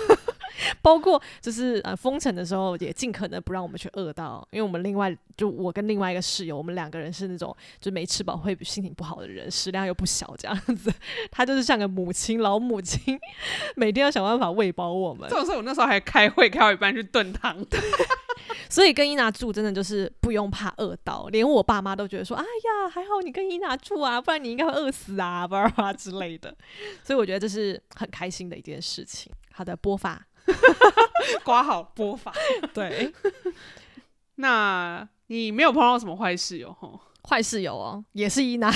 Speaker 2: 包括就是呃封城的时候，也尽可能不让我们去饿到，因为我们另外就我跟另外一个室友，我们两个人是那种就没吃饱会心情不好的人，食量又不小这样子。 他就是像个母亲，老母亲， 每天要想办法喂饱我们
Speaker 1: 这。种事我那时候还开会，开到一半去炖汤。
Speaker 2: 所以跟伊娜住真的就是不用怕饿到，连我爸妈都觉得说：“哎呀，还好你跟伊娜住啊，不然你应该会饿死啊，巴拉巴拉之类的。” 所以我觉得这是很开心的一件事情。好的，播法，
Speaker 1: 刮好播法。
Speaker 2: 对，
Speaker 1: 那你没有碰到什么坏事哟、吼？
Speaker 2: 坏室友哦，也是伊 娜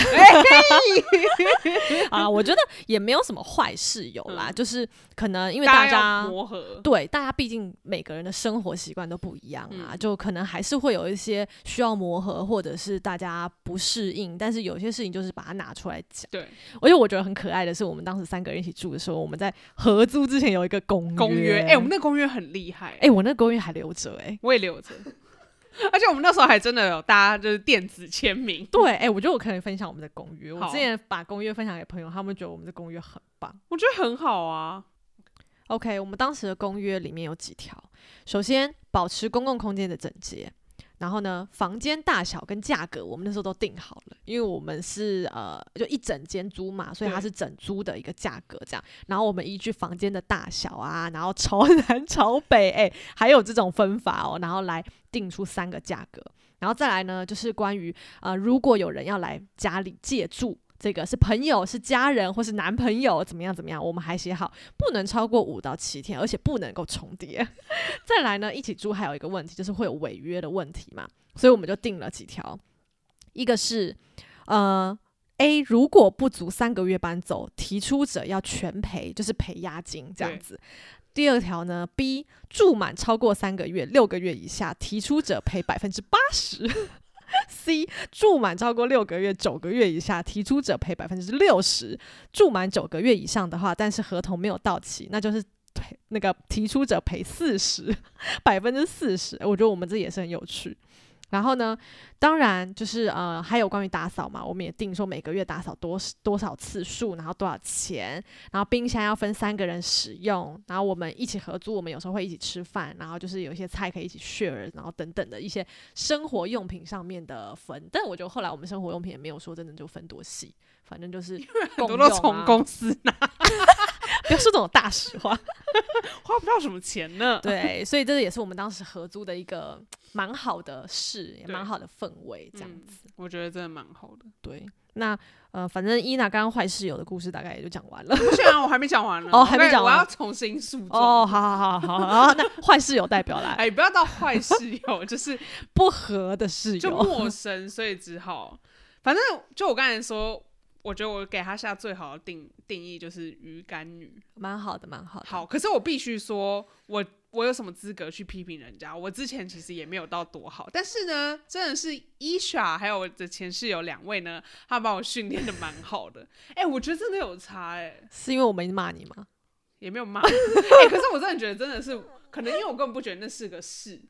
Speaker 2: 啊，我觉得也没有什么坏室友啦，
Speaker 1: 嗯
Speaker 2: 就是可能因
Speaker 1: 因
Speaker 2: 为大
Speaker 1: 要
Speaker 2: 家
Speaker 1: 磨合，
Speaker 2: 对，大家毕竟每个人的生活习惯都不一样啊，
Speaker 1: 嗯
Speaker 2: 就可能还是会有一些需要磨合，或者是大家不适应。但是有些事情就是把它拿出来讲。
Speaker 1: 对，
Speaker 2: 而且我觉得很可爱的是，我们当时三个人一起住的时候，我们在合租之前有一个公约。
Speaker 1: 公约，哎、我们那公约很厉害、
Speaker 2: 哎、我那公约还留着哎、
Speaker 1: 我也留着。 而且我们那时候还真的有大家就是电子签名，
Speaker 2: 对，哎、我觉得我可以分享我们的公约。我
Speaker 1: 好
Speaker 2: 之前把公约分享给朋友，他们觉得我们的公约很棒。
Speaker 1: 我觉得很好啊。
Speaker 2: OK，我们当时的公约里面有几条，首先保持公共空间的整洁，然后呢，房间大小跟价格我们那时候都定好了，因为我们是呃就一整间租嘛，所以它
Speaker 1: 对
Speaker 2: 是整租的一个价格这样，然后我们依据房间的大小啊，然后朝南 朝北，哎、还有这种分法哦，然后来定出三个价格，然后再来呢就是关于呃如果有人要来家里借住。这个是朋友，是家人，或是男朋友，怎么样怎么样？我们还写好，不能超过五到七天，而且不能够重叠。 再来呢，一起住还有一个问题，就是会有违约的问题嘛，所以我们就定了几条，一个是呃。A 如果不足三个月搬走，提出者要全赔，就是赔押金这样
Speaker 1: 对
Speaker 2: 子。第二条呢，B 住满超过三个月，六个月以下，提出者赔百分之八十。C 住满超过六个月、九个月以下，提出者赔百分之六十。住满九个月以上的话，但是合同没有到期，那就是赔那个提出者赔四十， 百分之四十。我觉得我们这也是很有趣。然后呢，当然就是呃，还有关于打扫嘛，我们也定说每个月打扫多多少次数，然后多少钱，然后冰箱要分三个人使用，然后我们一起合租，我们有时候会一起吃饭，然后就是有一些菜可以一起 share，然后等等的一些生活用品上面的分。但我觉得后来我们生活用品也没有说真的就分多细，反正就是
Speaker 1: 很多
Speaker 2: 共用
Speaker 1: 都
Speaker 2: 啊
Speaker 1: 从公司拿，
Speaker 2: 不要说这种大实话。
Speaker 1: 花不到什么钱呢。
Speaker 2: 对，所以这个也是我们当时合租的一个蛮好的事，也
Speaker 1: 对
Speaker 2: 蛮好的氛围，这样
Speaker 1: 嗯
Speaker 2: 子。
Speaker 1: 我觉得真的蛮好的。
Speaker 2: 对，那呃，反正伊娜刚刚坏室友的故事大概也就讲完了。
Speaker 1: 不行啊，我还没讲完呢。
Speaker 2: 哦还没讲完
Speaker 1: 我要重新诉状。
Speaker 2: 哦，好好好好好，那坏室友代表来，
Speaker 1: 哎，不要到坏室友， 就是
Speaker 2: 不合的室
Speaker 1: 就
Speaker 2: 友，
Speaker 1: 陌生，所以只好，反正就我刚才说，我觉得我给他下最好的定定义就是鱼干女。
Speaker 2: 蛮好的，蛮好的。
Speaker 1: 好，可是我必须说，我我有什么资格去批评人家？我之前其实也没有到多好，但是呢，真的是伊莎还有我的前室友两位呢，他把我训练的蛮好 的。哎、我觉得真的有差哎、
Speaker 2: 是因为我没骂你吗？
Speaker 1: 也没有 骂。哎、可是我真的觉得真的是，可能因为我根本不觉得那是个事。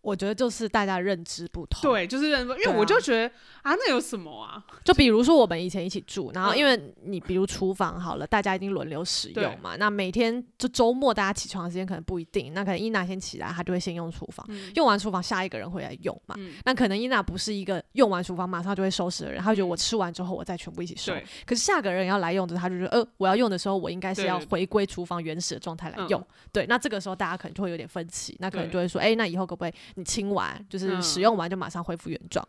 Speaker 2: 我觉得就是大家认知不同。，
Speaker 1: 对，就是认为因为
Speaker 2: 对啊
Speaker 1: 我就觉得啊那有什么啊？
Speaker 2: 就比如说我们以前一起住，然后
Speaker 1: 嗯
Speaker 2: 因为你比如厨房好了，大家一定轮流使
Speaker 1: 对
Speaker 2: 用嘛。那每天就周末大家起床的时间可能不一定，那可能伊娜先起来，她就会先用厨房。
Speaker 1: 嗯
Speaker 2: 用完厨房，下一个人会来用嘛？
Speaker 1: 嗯，
Speaker 2: 那可能伊娜不是一个用完厨房马上就会收拾的人，她会觉得我吃完之后我再全部一起
Speaker 1: 嗯
Speaker 2: 收。
Speaker 1: 对，
Speaker 2: 可是下个人要来用的时候，她就觉得呃，我要用的时候我应该是
Speaker 1: 对
Speaker 2: 要
Speaker 1: 对
Speaker 2: 回归厨房原始的状态来
Speaker 1: 嗯
Speaker 2: 用。对，那这个时候大家可能就会有点分歧，那可能
Speaker 1: 对
Speaker 2: 就会说，哎、那以后可不可以你清完就是
Speaker 1: 嗯
Speaker 2: 使用完就马上恢复原状？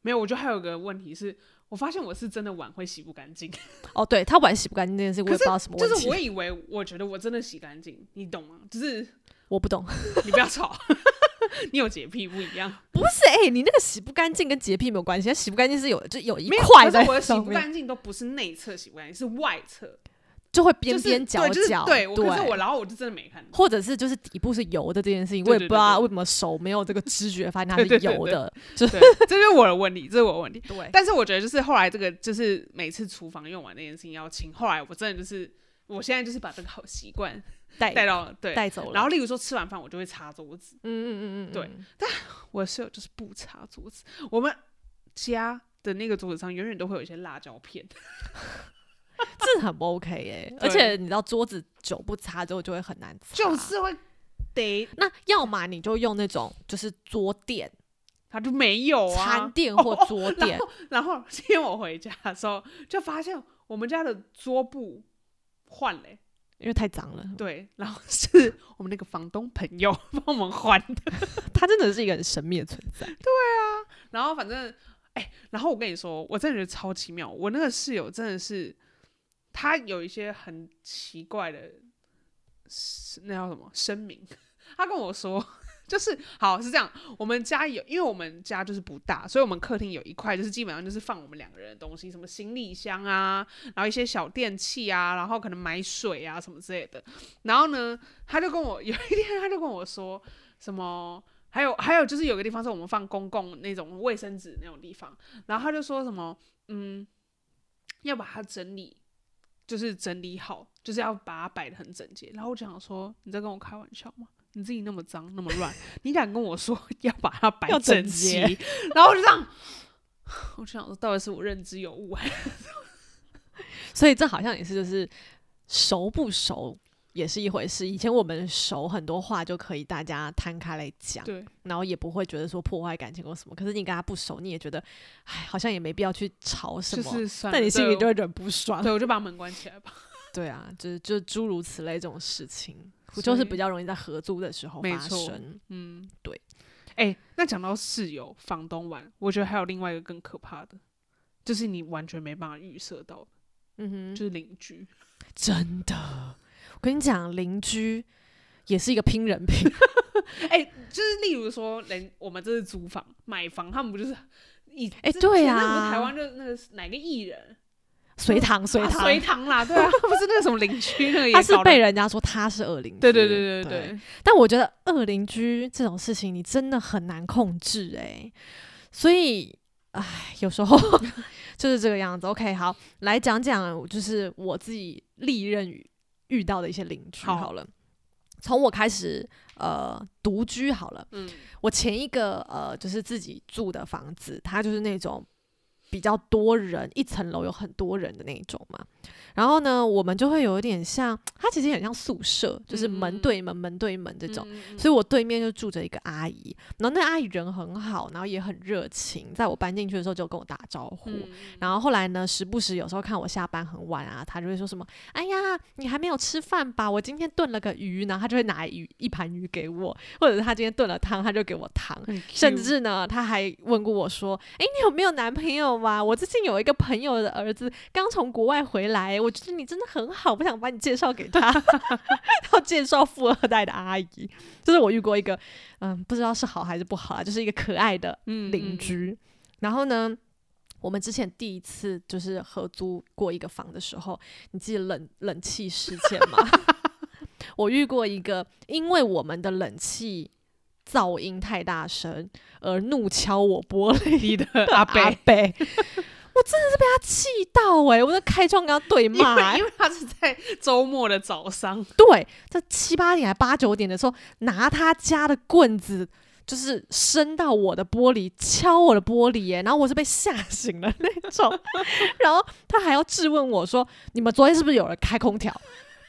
Speaker 1: 没有，我觉得还有个问题是。我发现我是真的碗会洗不干净，
Speaker 2: 哦，对，她碗洗不干净这件事，我也
Speaker 1: 可
Speaker 2: 不知道什么
Speaker 1: 就
Speaker 2: 问题，
Speaker 1: 是我以为我觉得我真的洗干净，你懂吗？就是
Speaker 2: 我不懂。
Speaker 1: 你不要吵， 你有洁癖不一样。
Speaker 2: 不是，哎、你那个洗不干净跟洁癖没有关系，它洗不干净是有就有一
Speaker 1: 没有，
Speaker 2: 块
Speaker 1: 可
Speaker 2: 在
Speaker 1: 是我的洗
Speaker 2: 上
Speaker 1: 不
Speaker 2: 面，
Speaker 1: 干净都不是内侧洗不干净，是外侧
Speaker 2: 就会边
Speaker 1: 就是
Speaker 2: 边角
Speaker 1: 对就是
Speaker 2: 角。
Speaker 1: 对，我可是我，然后我就真的没看到。
Speaker 2: 或者是就是底部是油的这件事情，我
Speaker 1: 对
Speaker 2: 也
Speaker 1: 对
Speaker 2: 不知
Speaker 1: 对
Speaker 2: 道
Speaker 1: 对
Speaker 2: 为什么手没有这个知觉发现它
Speaker 1: 对
Speaker 2: 是
Speaker 1: 对对
Speaker 2: 油
Speaker 1: 对
Speaker 2: 的。
Speaker 1: 对，这是我的问题，这是我的问题。
Speaker 2: 对，
Speaker 1: 但是我觉得就是后来这个就是每次厨房用完那件事情要清，后来我真的就是我现在就是把这个好习惯
Speaker 2: 带
Speaker 1: 带到对。
Speaker 2: 带走了。
Speaker 1: 然后，例如说吃完饭我就会擦桌子，
Speaker 2: 嗯嗯嗯嗯，
Speaker 1: 对我的室友就是不擦桌子。我们家的那个桌子上永远都会有一些辣椒片，
Speaker 2: 这很不 OK 哎、而且你知道桌子久不擦之后就会很难擦，
Speaker 1: 就是会得，
Speaker 2: 那要么你就用那种就是桌垫、
Speaker 1: 他就没有啊。
Speaker 2: 餐垫或桌垫，
Speaker 1: 然后 今天我回家的时候，就发现我们家的桌布换了欸、
Speaker 2: 因为太脏了。
Speaker 1: 对，然后是我们那个房东朋友 帮我们换的。
Speaker 2: 它真的是一个很神秘的存在。
Speaker 1: 然后反正，哎、然后我跟你说，我真的觉得超奇妙。我那个室友真的是，他有一些很奇怪的，是那叫什么声明？他跟我说，就是好是这样，我们家有，因为我们家就是不大，所以我们客厅有一块就是基本上就是放我们两个人的东西，什么行李箱啊，然后一些小电器啊，然后可能买水啊什么之类的。然后呢，他就跟我有一天他就跟我说什么。还有还有就是有个地方是我们放公共那种卫生纸那种地方，然后他就说什么，嗯，要把它整理，就是整理好，就是要把它摆的很整洁。然后我就想说，你在跟我开玩笑吗？你自己那么脏那么乱，你敢跟我说要把它摆
Speaker 2: 要整
Speaker 1: 齐
Speaker 2: 洁？
Speaker 1: 然后我就这样， 我就想说，到底是我认知有误还是
Speaker 2: 所以这好像也是就是熟不熟也是一回事。以前我们熟很多话就可以大家摊开来讲，
Speaker 1: 对？
Speaker 2: 然后也不会觉得说破坏感情或什么。可是你跟他不熟，你也觉得，哎，好像也没必要去吵什
Speaker 1: 就
Speaker 2: 么。
Speaker 1: 是算了，
Speaker 2: 但你心里就
Speaker 1: 对
Speaker 2: 会忍不爽
Speaker 1: 我，对我就把门关起来吧。
Speaker 2: 对啊，就是就诸如此类这种事情，
Speaker 1: 所以
Speaker 2: 就是比较容易在合租的时候
Speaker 1: 没
Speaker 2: 发
Speaker 1: 错
Speaker 2: 生。
Speaker 1: 嗯，
Speaker 2: 对。
Speaker 1: 哎、那讲到室友、房东玩，我觉得还有另外一个更可怕的，就是你完全没办法预设到的，
Speaker 2: 嗯哼，
Speaker 1: 就是邻居。
Speaker 2: 真的，我跟你讲，邻居也是一个拼 人品，
Speaker 1: 哎、就是例如说，人我们这是租房、买房，他们不就是以
Speaker 2: 哎
Speaker 1: 之
Speaker 2: 对
Speaker 1: 前那
Speaker 2: 啊
Speaker 1: 不是台湾就那个哪个艺人
Speaker 2: 随堂随
Speaker 1: 啊
Speaker 2: 堂，
Speaker 1: 隋唐啦，对啊， 不是那个什么邻居那个也
Speaker 2: 哦他是
Speaker 1: 搞得
Speaker 2: 被人家说他是恶邻居，
Speaker 1: 对对对对
Speaker 2: 对
Speaker 1: 对，
Speaker 2: 但我觉得恶邻居这种事情，你真的很难控制哎、所以，唉，有 时候就是这个样子。OK，好，来讲讲就是我自己历任遇遇到的一些邻居
Speaker 1: 好
Speaker 2: 好了。从我开始呃独居好了，
Speaker 1: 嗯
Speaker 2: 我前一个呃就是自己住的房子，它就是那种比较多人，一层楼有很多人的那一种嘛。然后呢，我们就会有一点像，它其实很像宿舍，就是门
Speaker 1: 嗯
Speaker 2: 对门、门对门这种。
Speaker 1: 嗯嗯
Speaker 2: 所以我对面就住着一个阿姨，然后那阿姨人很好，然后也很热情，在我搬进去的时候就跟我打招呼。
Speaker 1: 嗯
Speaker 2: 然后后来呢，时不时有时候看我下班很晚啊，她就会说什么：“哎呀，你还没有吃饭吧？我今天炖了个鱼。”然后她就会拿鱼一盘鱼给我，或者是她今天炖了汤，她就给我汤。
Speaker 1: 很
Speaker 2: 甚
Speaker 1: cute
Speaker 2: 至呢，她还问过我说：“哎，你有没有男朋友啊？我最近有一个朋友的儿子刚从国外回来，我觉得你真的很好，我想把你介绍给他。” 要介绍富二代的阿姨，就是我遇过一个，嗯，不知道是好还是不好啊，就是一个可爱的
Speaker 1: 嗯
Speaker 2: 邻
Speaker 1: 嗯
Speaker 2: 居。然后呢，我们之前第一次就是合租过一个房的时候，你记得冷冷气事件吗？ 我遇过一个，因为我们的冷气噪音太大声而怒敲我玻璃的
Speaker 1: 阿
Speaker 2: 伯， 我
Speaker 1: 伯
Speaker 2: 真的是被他气到哎、我在开窗跟他对骂、欸，
Speaker 1: 因为他是在周末的早上，
Speaker 2: 对，在七八点还八九点的时候，拿他家的棍子就是伸到我的玻璃，敲我的玻璃耶，然后我是被吓醒了那种，然后他还要质问我说：“你们昨天是不是有人开空调？”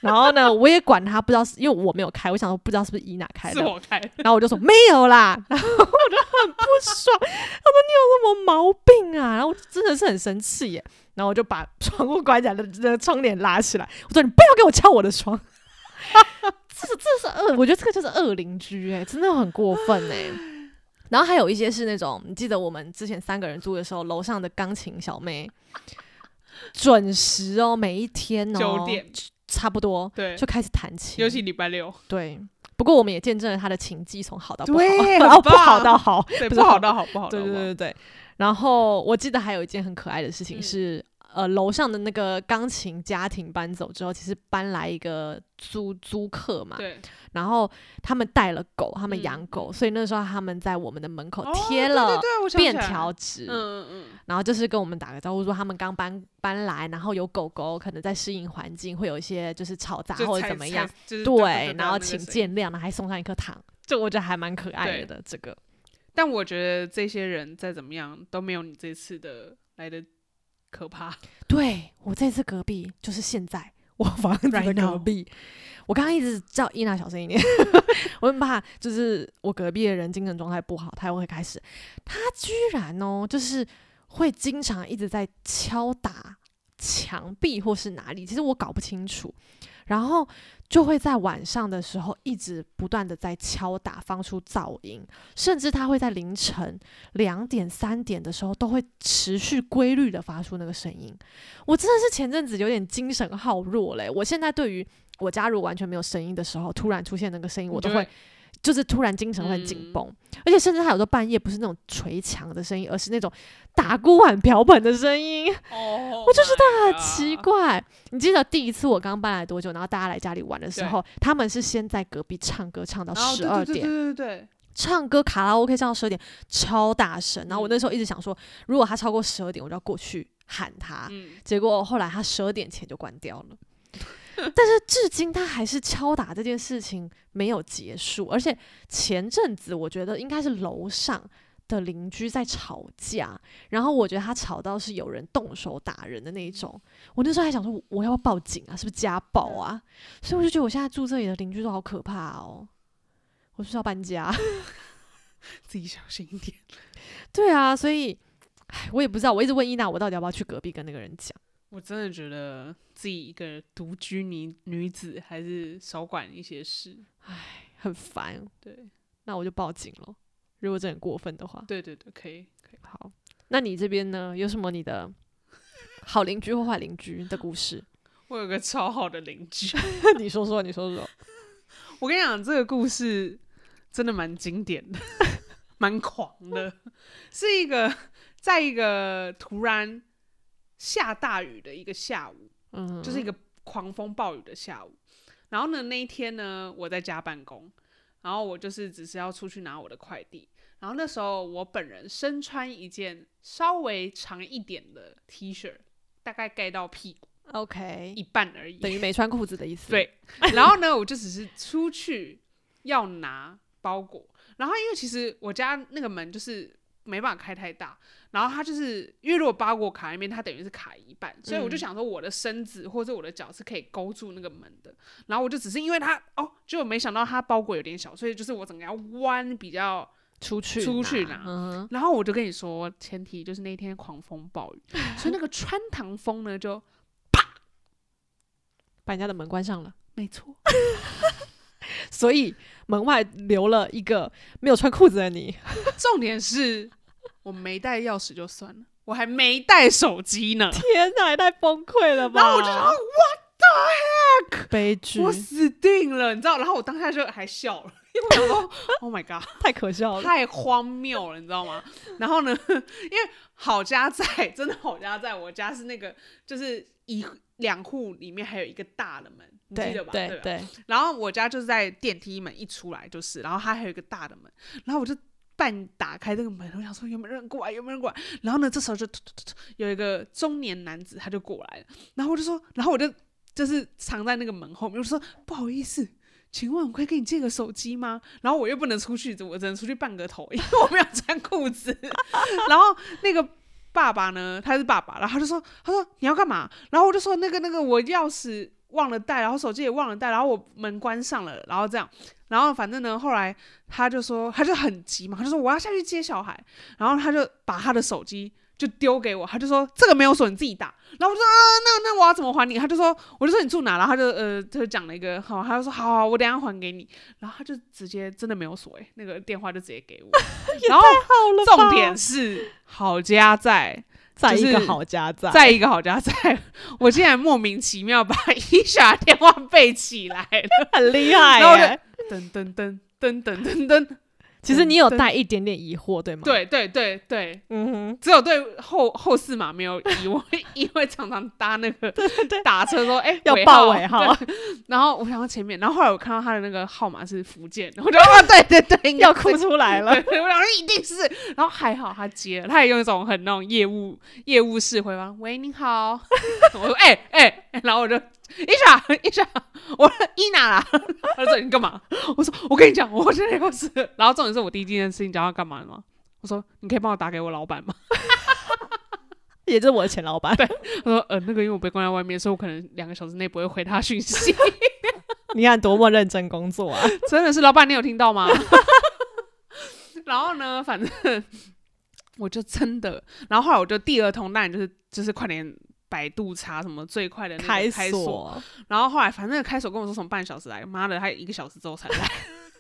Speaker 2: 然后呢，我也管他，不知道是因为我没有开，我想说不知道是不是伊娜开
Speaker 1: 是
Speaker 2: 的，
Speaker 1: 我开的。
Speaker 2: 然后我就说没有啦，然后我就很不爽，他说你有什么毛病啊？然后我真的是很生气耶，然后我就把窗户关起来，那窗帘拉起来，我说你不要给我敲我的窗。 这是这是恶，我觉得这个就是恶邻居哎、真的很过分哎、然后还有一些是那种，你记得我们之前三个人住的时候，楼上的钢琴小妹准时哦，每一天哦，
Speaker 1: 九点
Speaker 2: 差不多
Speaker 1: 对，
Speaker 2: 就开始弹琴，
Speaker 1: 尤其礼拜六，
Speaker 2: 对，不过我们也见证了他的情迹从好到不好，
Speaker 1: 对
Speaker 2: 然后
Speaker 1: 很
Speaker 2: 不好
Speaker 1: 棒
Speaker 2: 到好，
Speaker 1: 对，不
Speaker 2: 不是
Speaker 1: 好
Speaker 2: 好
Speaker 1: 到好，不好到
Speaker 2: 对
Speaker 1: 好。
Speaker 2: 对对对。然后我记得还有一件很可爱的事情
Speaker 1: 嗯
Speaker 2: 是，呃，楼上的那个钢琴家庭搬走之后，其实搬来一个租租客嘛，
Speaker 1: 对，
Speaker 2: 然后他们带了狗，他们
Speaker 1: 嗯
Speaker 2: 养狗，所以那时候他们在我们的门口
Speaker 1: 哦
Speaker 2: 贴
Speaker 1: 对对
Speaker 2: 了
Speaker 1: 对，我想
Speaker 2: 便
Speaker 1: 起来
Speaker 2: 条
Speaker 1: 了，
Speaker 2: 纸，
Speaker 1: 嗯嗯
Speaker 2: 然后就是跟我们打个招呼，说他们刚搬搬来，然后有狗狗，可能在适应环境，会有一些就是吵杂
Speaker 1: 嗯，就
Speaker 2: 或者
Speaker 1: 踩
Speaker 2: 怎么样，，
Speaker 1: 踩就是哒哒哒
Speaker 2: 对
Speaker 1: 哒，
Speaker 2: 然后
Speaker 1: 那个
Speaker 2: 请
Speaker 1: 声音。
Speaker 2: 见谅，然后还送上一颗糖，这我觉得还蛮可爱的。这个
Speaker 1: 但我觉得这些人再怎么样都没有你这次的来的可怕。
Speaker 2: 对我这次隔壁就是现在我房子
Speaker 1: Right
Speaker 2: 的
Speaker 1: now
Speaker 2: 隔壁，我刚刚一直叫伊娜小声一点， 我很怕就是我隔壁的人精神状态不好，他又会开始，他居然哦，就是会经常一直在敲打墙壁或是哪里，其实我搞不清楚，然后就会在晚上的时候一直不断的在敲打，放出噪音，甚至他会在凌晨两点、三点的时候都会持续规律的发出那个声音。我真的是前阵子有点精神耗弱嘞、我现在对于我家如果完全没有声音的时候，突然出现那个声 音，我
Speaker 1: 你
Speaker 2: 都
Speaker 1: 就嗯
Speaker 2: 会就是突然精神会很紧绷，而且甚至他有时候半夜不是那种捶墙的声音，而是那种打锅碗瓢盆的声音，
Speaker 1: 哦，我就觉
Speaker 2: 很
Speaker 1: 得
Speaker 2: 奇。怪。你记得第一次我刚搬来多久，然后大家来家里玩的时候，他们是先在隔壁唱歌，唱到
Speaker 1: 然后
Speaker 2: 十
Speaker 1: 哦对
Speaker 2: 二
Speaker 1: 对对
Speaker 2: 点
Speaker 1: 对，对对，
Speaker 2: 唱歌卡拉 OK 唱到十二点，超大声。然后我
Speaker 1: 嗯
Speaker 2: 那时候一直想说，如果他超过十二点，我就要过去喊他。
Speaker 1: 嗯，
Speaker 2: 结果后来他十二点前就关掉了。但是至今他还是敲打这件事情没有结束，而且前阵子我觉得应该是楼上的邻居在吵架，然后我觉得他吵到是有人动手打人的那一种，我那时候还想说我要不要报警啊，是不是家暴啊？所以我就觉得我现在住这里的邻居都好可怕哦，我是不是要搬家。
Speaker 1: 自己小心一点。
Speaker 2: 对啊，所以，唉，我也不知道，我一直问伊娜，我到底要不要去隔壁跟那个人讲？
Speaker 1: 我真的觉得自己一个独居女女子还是少管一些事。
Speaker 2: 很烦，
Speaker 1: 对
Speaker 2: 那我就报警了。如果真的很过分的话，
Speaker 1: 对对对，可以可以。
Speaker 2: 好，那你这边呢，有什么你的好邻居或坏邻居的故事？
Speaker 1: 我有个超好的邻居，
Speaker 2: 你说说，你说说。
Speaker 1: 我跟你讲，这个故事真的蛮经典的， 蛮狂的，是一个在一个突然下大雨的一个下午，
Speaker 2: 嗯，
Speaker 1: 就是一个狂风暴雨的下午。然后呢，那一天呢，我在家办公，然后我就是只是要出去拿我的快递。然后那时候我本人身穿一件稍微长一点的 T 恤，大概盖到屁股
Speaker 2: OK，
Speaker 1: 一半而已。
Speaker 2: 等于没穿裤子的意思。，
Speaker 1: 对，然后呢，我就只是出去要拿包裹，然后因为其实我家那个门就是没办法开太大，然后它就是因为如果包裹卡那边，它等于是卡一半，所以我就
Speaker 2: 嗯
Speaker 1: 想说我的身子或者我的脚是可以勾住那个门的，然后我就只是因为它哦，结果没想到它包裹有点小，所以就是我整个要弯比较
Speaker 2: 出去
Speaker 1: 出去
Speaker 2: 拿
Speaker 1: 拿。
Speaker 2: 嗯哼，
Speaker 1: 然后我就跟你说，前提就是那天狂风暴雨，所以那个穿堂风呢就
Speaker 2: 把人家的门关上了，
Speaker 1: 没错，
Speaker 2: 所以门外留了一个没有穿裤子的你。
Speaker 1: 重点是我没带钥匙就算了，我还没带手机呢。
Speaker 2: 天哪，也太崩溃了吧！
Speaker 1: 然后我就想
Speaker 2: ，What the heck？悲剧，
Speaker 1: 我死定了，你知道？然后我当下就还笑了，因为我想说 ，Oh my god，
Speaker 2: 太可笑了。
Speaker 1: 太荒谬了，你知道吗？然后呢， 因为好家在，真的好家在，我家是那个就是一两户里面还有一个大的门，你记
Speaker 2: 对
Speaker 1: 得吧？
Speaker 2: 对
Speaker 1: 吧
Speaker 2: 对，
Speaker 1: 然后我家就是在电梯门一出来就是，然后它还有一个大的门，然后我就半打开这个门，我想说有没有人过来，有没有人过来？然后呢，这时候就突突突突有一个中年男子他就过来了，然后我就说，然后我就就是藏在那个门后面，我就说不好意思。请问我可以跟你借个手机吗？然后我又不能出去，我只能出去半个头，因为我没有穿裤子。 然后那个爸爸呢，他是爸爸，然后他就说，他说你要干嘛？然后我就说那个那个我钥匙忘了带，然后手机也忘了带，然后我门关上了，然后这样，然后反正呢，后来他就说他就很急嘛，他就说我要下去接小孩，然后他就把他的手机。就丢给我，他就说 这个没有锁，你自己打。然后我就说，呃，那那我要怎么还你？他就说，我就说你住哪？然后他就呃，他就讲了一个好，他就说好好，我等一下还给你。然后他就直接真的没有锁、欸，那个电话就直接给我。然后
Speaker 2: 好了吧
Speaker 1: 重点是好家在，
Speaker 2: 在一
Speaker 1: 就
Speaker 2: 个
Speaker 1: 是
Speaker 2: 好家在，
Speaker 1: 在一个好家在，我竟然莫名其妙把伊莎的电话背起来了，
Speaker 2: 很厉害欸
Speaker 1: 然后我就
Speaker 2: 耶
Speaker 1: 噔噔噔噔噔噔噔，
Speaker 2: 其实你有
Speaker 1: 噔
Speaker 2: 带一点点疑惑，对吗？，
Speaker 1: 对对对对，
Speaker 2: 嗯 哼，
Speaker 1: 只有对后后四码没有疑 问，因为常常搭那 个打车说哎、
Speaker 2: 要
Speaker 1: 尾
Speaker 2: 报
Speaker 1: 号
Speaker 2: 尾号，
Speaker 1: 对然后我想到前面，然后后来我看到他的那个号码是福建，我就啊对对对，应该
Speaker 2: 要
Speaker 1: 是
Speaker 2: 哭出来了。
Speaker 1: 对，我想说一定是，然后还好他接了，他也用一种很那种业务业务式回话，喂，你好， 我说哎哎、哎然后我就一莎一莎，我说伊娜啦， 他说你干嘛？我说我跟你讲，我现在有事。然后重点是我第一件事情，你知道要干嘛吗？我说你可以帮我打给我老板吗？
Speaker 2: 也就是我的前老板。
Speaker 1: 他说呃，那个因为我被关在外面，所以我可能两个小时内不会回他讯息。
Speaker 2: 你看多么认真工作啊！
Speaker 1: 真的是，老板，你有听到吗？然后呢，反正我就真的，然后后来我就第二通，当然就是就是快点百度查什么最快的那个
Speaker 2: 开
Speaker 1: 开锁，
Speaker 2: 锁
Speaker 1: 然后后来反正开锁跟我说什么半小时来，妈的，他一个小时之后才来。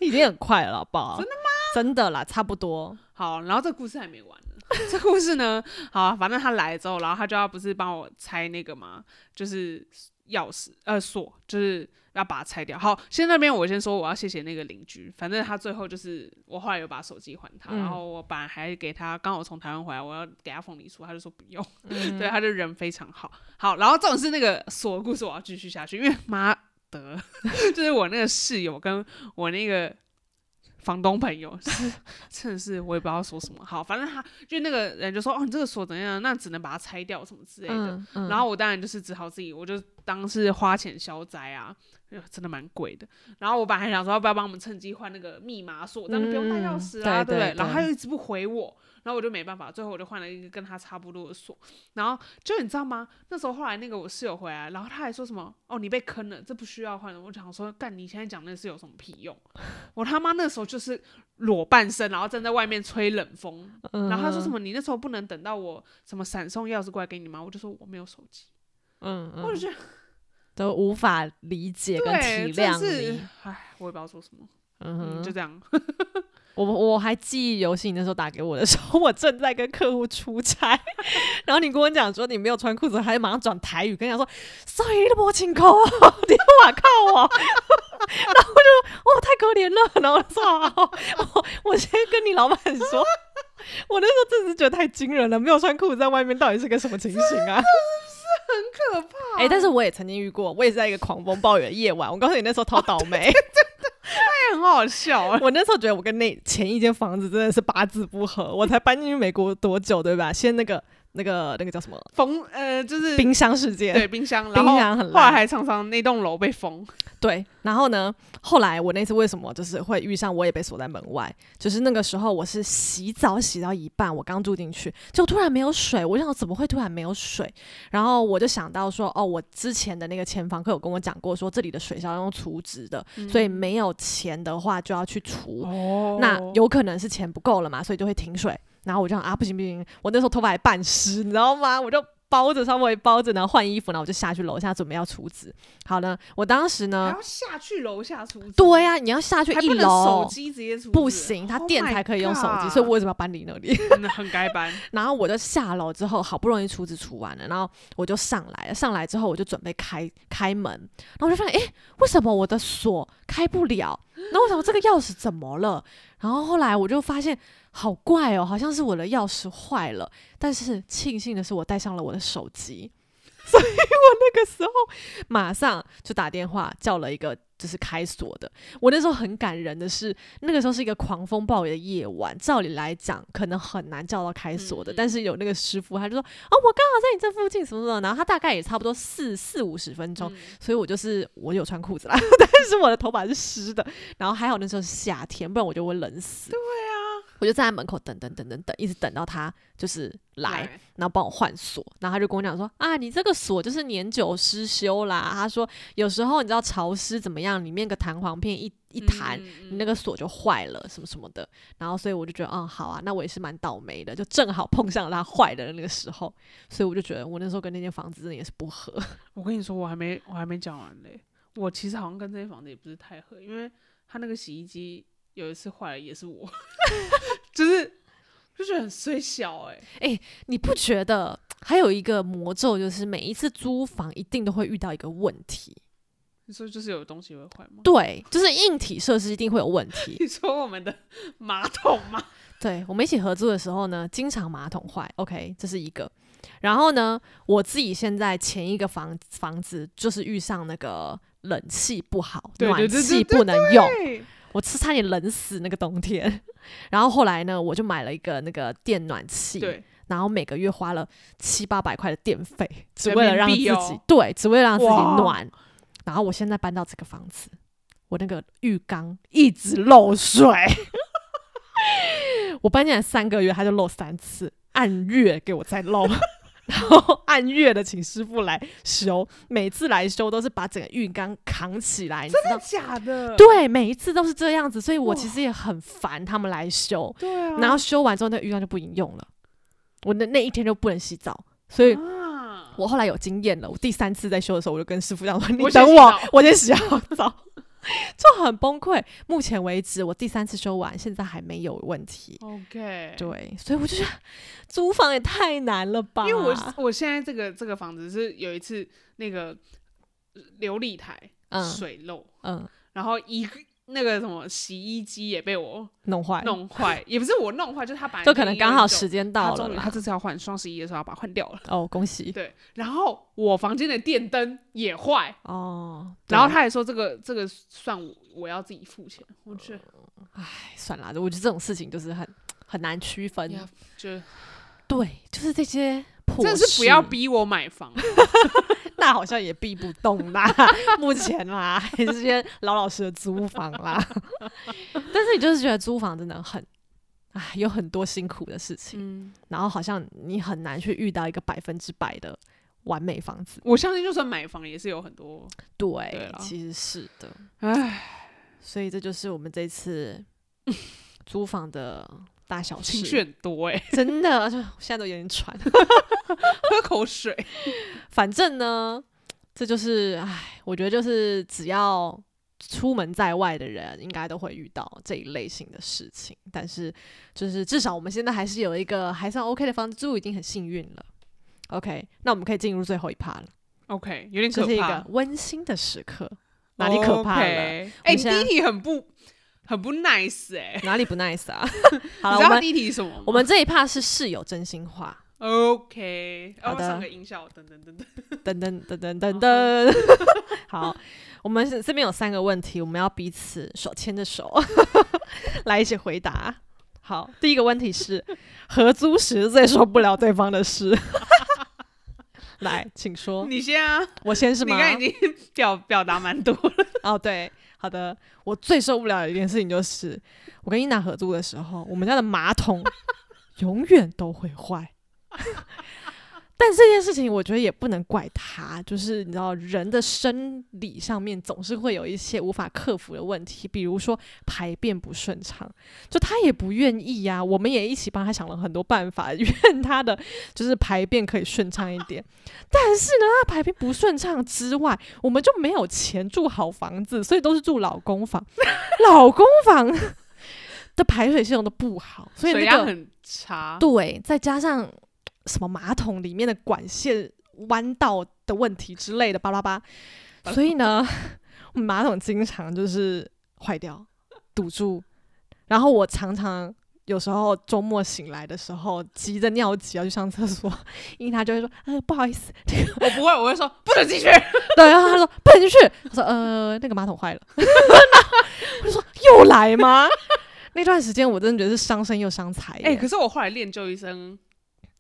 Speaker 2: 已经很快了，好不好？真的吗？真的啦，差不多。
Speaker 1: 好，然后这故事还没完呢。 这故事呢，好、啊，反正他来之后，然后他就要不是帮我拆那个嘛，就是钥匙呃锁，就是要把它拆掉。好，先那边我先说我要谢谢那个邻居，反正他最后就是我后来有把手机还他，
Speaker 2: 嗯
Speaker 1: 然后我本来还给他，刚好从台湾回来，我要给他凤梨酥，他就说不用，对，他就人非常好。好，然后这种是那个锁的故事，我要继续下去，因为妈的，就是我那个室友跟我那个房东朋友是 真的是我也不知道说什么好，反正他就那个人就说哦你这个锁怎样，那只能把它拆掉什么之类的。
Speaker 2: 嗯嗯
Speaker 1: 然后我当然就是只好自己，我就当是花钱消灾啊，哎呦真的蛮贵的。然后我本来还想说要不要帮我们趁机换那个密码锁，但是不用带钥匙啊，
Speaker 2: 嗯对
Speaker 1: 不
Speaker 2: 对对
Speaker 1: 然后他又一直不回我，然后我就没办法，最后我就换了一个跟他差不多的锁。然后就你知道吗？那时候后来那个我室友回来，然后他还说什么哦你被坑了，这不需要换了。我想说干你现在讲那是有什么屁用？我他妈那时候就是裸半身，然后站在外面吹冷风，
Speaker 2: 嗯
Speaker 1: 然后他说什么你那时候不能等到我什么闪送钥匙过来给你吗？我就说我没有手机，
Speaker 2: 嗯
Speaker 1: 我就
Speaker 2: 嗯，
Speaker 1: 觉得
Speaker 2: 都无法理解跟
Speaker 1: 对，
Speaker 2: 体
Speaker 1: 真的
Speaker 2: 谅
Speaker 1: 是
Speaker 2: 你。
Speaker 1: 哎，我也不知道说什么，
Speaker 2: 嗯
Speaker 1: 嗯，就
Speaker 2: 哼，
Speaker 1: 这样。
Speaker 2: 我我还记忆犹新，你那时候打给我的时候，我正在跟客户出差， 然后你跟我讲说你没有穿裤子，还马上转台语跟你讲说，sorry，你没请扣， 你我靠我。 然后我就哦，太可怜了。然后我就说好好，好我我先跟你老板说，我那时候真的是觉得太惊人了，没有穿裤子在外面到底是个什么情形啊？
Speaker 1: 很可怕。
Speaker 2: 哎、但是我也曾经遇过，我也是在一个狂风暴雨的夜晚。我告诉你，那时候超倒霉。
Speaker 1: 也很好笑 啊。
Speaker 2: 我那时候觉得我跟那前一间房子真的是八字不合。我才搬进去美国多久，对吧？先那个那个那个叫什么
Speaker 1: 封呃就是
Speaker 2: 冰箱事
Speaker 1: 对
Speaker 2: 件，
Speaker 1: 冰箱，然
Speaker 2: 冰
Speaker 1: 后
Speaker 2: 箱很
Speaker 1: 后来
Speaker 2: 烂。
Speaker 1: 还常常那栋楼被封，
Speaker 2: 对，然后呢，后来我那次为什么就是会遇上我也被锁在门外？就是那个时候我是洗澡洗到一半，我刚住进去，就突然没有水。我想说怎么会突然没有水？然后我就想到说，哦，我之前的那个前房客有跟我讲过，说这里的水是要用储值的，所以没有钱的话就要去除。
Speaker 1: 哦
Speaker 2: 那有可能是钱不够了嘛，所以就会停水。然后我就想啊，不行不行，我那时候头发还半湿，你知道吗？我就包着稍微包着，然后换衣服，然后我就下去楼下准备要除纸。好呢，我当时
Speaker 1: 还
Speaker 2: 呢，
Speaker 1: 要下去楼下出租，
Speaker 2: 对啊呀、你要下去
Speaker 1: 啊还
Speaker 2: 一
Speaker 1: 不能
Speaker 2: 楼
Speaker 1: 手。机直接出租，
Speaker 2: 不行，他
Speaker 1: Oh
Speaker 2: 店
Speaker 1: my
Speaker 2: 才可以用手机
Speaker 1: God
Speaker 2: 所以我为什么要搬离那里？
Speaker 1: 真的很该搬。
Speaker 2: 然后我就下楼之后，好不容易厨子除完了，然后我就上来了。上来之后，我就准备开开门，然后我就发现，诶，为什么我的锁开不了？然后我想说这个钥匙怎么了？然后后来我就发现，好怪哦，好像是我的钥匙坏了。但是庆幸的是，我带上了我的手机， 所以我那个时候马上就打电话叫了一个。就是开锁的。我那时候很感人的是，那个时候是一个狂风暴雨的夜晚，照理来讲可能很难叫到开锁的，
Speaker 1: 嗯嗯
Speaker 2: 但是有那个师傅，他就说：“哦，我刚好在你这附近，什么什么。”然后他大概也差不多四四五十分钟，
Speaker 1: 嗯
Speaker 2: 所以我就是我有穿裤子啦， 但是我的头发是湿的。然后还好那时候是夏天，不然我就会冷死。对啊，我就站在门口等等等等等，一直等到他就是来，
Speaker 1: 对
Speaker 2: 然后帮我换锁。然后他就跟我讲说啊，你这个锁就是年久失修啦。他说有时候你知道潮湿怎么样，里面个弹簧片一一弹。
Speaker 1: 嗯嗯
Speaker 2: 你那个锁就坏了，什么什么的，然后所以我就觉得，嗯，好啊，那我也是蛮倒霉的，就正好碰上了它坏的那个时候，所以我就觉得我那时候跟那间房子真的也是不合，
Speaker 1: 我跟你说，我还没我还没讲完嘞。我其实好像跟这间房子也不是太合，因为他那个洗衣机有一次坏了，也是我， 就是就觉得很衰小哎、
Speaker 2: 你不觉得还有一个魔咒，就是每一次租房一定都会遇到一个问题？
Speaker 1: 你说就是有东西会坏吗？
Speaker 2: 对，就是硬体设施一定会有问题。
Speaker 1: 你说我们的马桶吗？
Speaker 2: 对我们一起合租的时候呢，经常马桶坏，OK，这是一个。然后呢，我自己现在前一个房房子就是遇上那个冷气不好，
Speaker 1: 对对对
Speaker 2: 暖
Speaker 1: 对
Speaker 2: 气
Speaker 1: 对
Speaker 2: 不能用，
Speaker 1: 对，
Speaker 2: 我是差点冷死那个冬天。 然后后来呢，我就买了一个那个电暖器，
Speaker 1: 对，
Speaker 2: 然后每个月花了七八百块的电费，只
Speaker 1: 人
Speaker 2: 为了让自
Speaker 1: 民
Speaker 2: 己、
Speaker 1: 币哦
Speaker 2: 对，只为了让自己
Speaker 1: 哇哦
Speaker 2: 暖。然后我现在搬到这个房子，我那个浴缸一直漏水， 我搬进来三个月，它就漏三次，按月给我再漏。 然后按月的请师傅来修，每次来修都是把整个浴缸扛起来，你知道？
Speaker 1: 假的，
Speaker 2: 对，每一次都是这样子，所以我其
Speaker 1: 哇
Speaker 2: 实也很烦他们来修，
Speaker 1: 对啊，
Speaker 2: 然后修完之后那个浴缸就不能用了，我那那一天就不能洗澡，所以
Speaker 1: 啊，
Speaker 2: 我后来有经验了，我第三次在修的时候，我就跟师傅讲说：“你
Speaker 1: 我先
Speaker 2: 等
Speaker 1: 洗
Speaker 2: 我
Speaker 1: 澡，
Speaker 2: 我先洗好澡。” 就很崩溃。目前为止，我第三次修完，现在还没有问题。
Speaker 1: OK，
Speaker 2: 对，所以我就觉得租房也太难了吧？
Speaker 1: 因为我我现在这个这个房子是有一次那个呃琉璃台
Speaker 2: 嗯
Speaker 1: 水漏，
Speaker 2: 嗯
Speaker 1: 然后一个那个什么洗衣机也被我
Speaker 2: 弄坏，
Speaker 1: 弄坏，也不是我弄坏，就是他把
Speaker 2: 就可能刚好时间
Speaker 1: 他
Speaker 2: 到了
Speaker 1: 终于他
Speaker 2: 啦。
Speaker 1: 这次要换双十一的时候要把它换掉了。
Speaker 2: 哦，恭喜
Speaker 1: 对，然后我房间的电灯也坏，
Speaker 2: 哦。对
Speaker 1: 然后他还说这个这个算我我要自己付钱，我觉得
Speaker 2: 哎算了，我觉得这种事情就是很很难区分。
Speaker 1: 呀就
Speaker 2: 对，就是这些破事。
Speaker 1: 真的是不要逼我买房，
Speaker 2: 那好像也避不动啦， 目前啦，还是先老老实实租房啦。 但是你就是觉得租房真的很，唉，有很多辛苦的事情，
Speaker 1: 嗯，
Speaker 2: 然后好像你很难去遇到一个百分之百的完美房子。
Speaker 1: 我相信就算买房也是有很多，
Speaker 2: 对，
Speaker 1: 对啦
Speaker 2: 其实是的，
Speaker 1: 唉，
Speaker 2: 所以这就是我们 这次租房的大小
Speaker 1: 情绪
Speaker 2: 事，
Speaker 1: 很多哎、
Speaker 2: 真的 就现在都有点喘。
Speaker 1: 喝口水，
Speaker 2: 反正呢，这就是唉，我觉得就是只要出门在外的人，应该都会遇到这一类型的事情。但是，就是至少我们现在还是有一个还算 OK 的房子住，已经很幸运了。OK，那我们可以进入最后一趴了，
Speaker 1: OK，有点
Speaker 2: 这
Speaker 1: 可
Speaker 2: 是一
Speaker 1: 怕
Speaker 2: 个，温馨的时刻，哪里可怕了
Speaker 1: OK
Speaker 2: 我
Speaker 1: 哎、
Speaker 2: 们
Speaker 1: 你
Speaker 2: 现在
Speaker 1: 第一题很不很不 nice 哎、
Speaker 2: 哪里不 nice 啊？好
Speaker 1: 你
Speaker 2: 了，
Speaker 1: 知
Speaker 2: 我
Speaker 1: 道
Speaker 2: 们
Speaker 1: 第一题是什么吗？
Speaker 2: 我们这一趴是室友真心话，
Speaker 1: OK，要
Speaker 2: 好
Speaker 1: 不
Speaker 2: 的
Speaker 1: 要上个音效？等等等等，
Speaker 2: 噔噔噔噔
Speaker 1: 哦
Speaker 2: 噔噔。 好，我们是这边有三个问题，我们要彼此手牵着手 来一起回答。好，第一个问题是合租时最受不了对方的事。 来，请说。
Speaker 1: 你先啊，
Speaker 2: 我先是
Speaker 1: 你
Speaker 2: 吗
Speaker 1: 刚？才已经 表表达蛮多了，
Speaker 2: 哦，对，好的。我最受不了的一件事情就是，我跟英娜合租的时候，我们家的马桶永远都会坏。 但这件事情，我觉得也不能怪他，就是你知道，人的生理上面总是会有一些无法克服的问题，比如说排便不顺畅，就他也不愿意呀、我们也一起帮他想了很多办法， 愿他的就是排便可以顺畅一点。但是呢，他排便不顺畅之外，我们就没有钱住好房子，所以都是住老公房。 老公房的排水系统都不好，所以那
Speaker 1: 水
Speaker 2: 个
Speaker 1: 压很差。
Speaker 2: 对，再加上什么马桶里面的管线弯道的问题之类的，巴拉巴，所以呢， 我们马桶经常就是坏掉、堵住，然后我常常。有时候周末醒来的时候，急着尿急要去上厕所，因为他就会说：“呃，不好意思，
Speaker 1: 我不会，我会说不准进去。
Speaker 2: 对，然后他说不能去，他说呃那个马桶坏了， 我就说又来吗？ 那段时间我真的觉得是伤身又伤财耶。
Speaker 1: 哎、可是我后来练就一身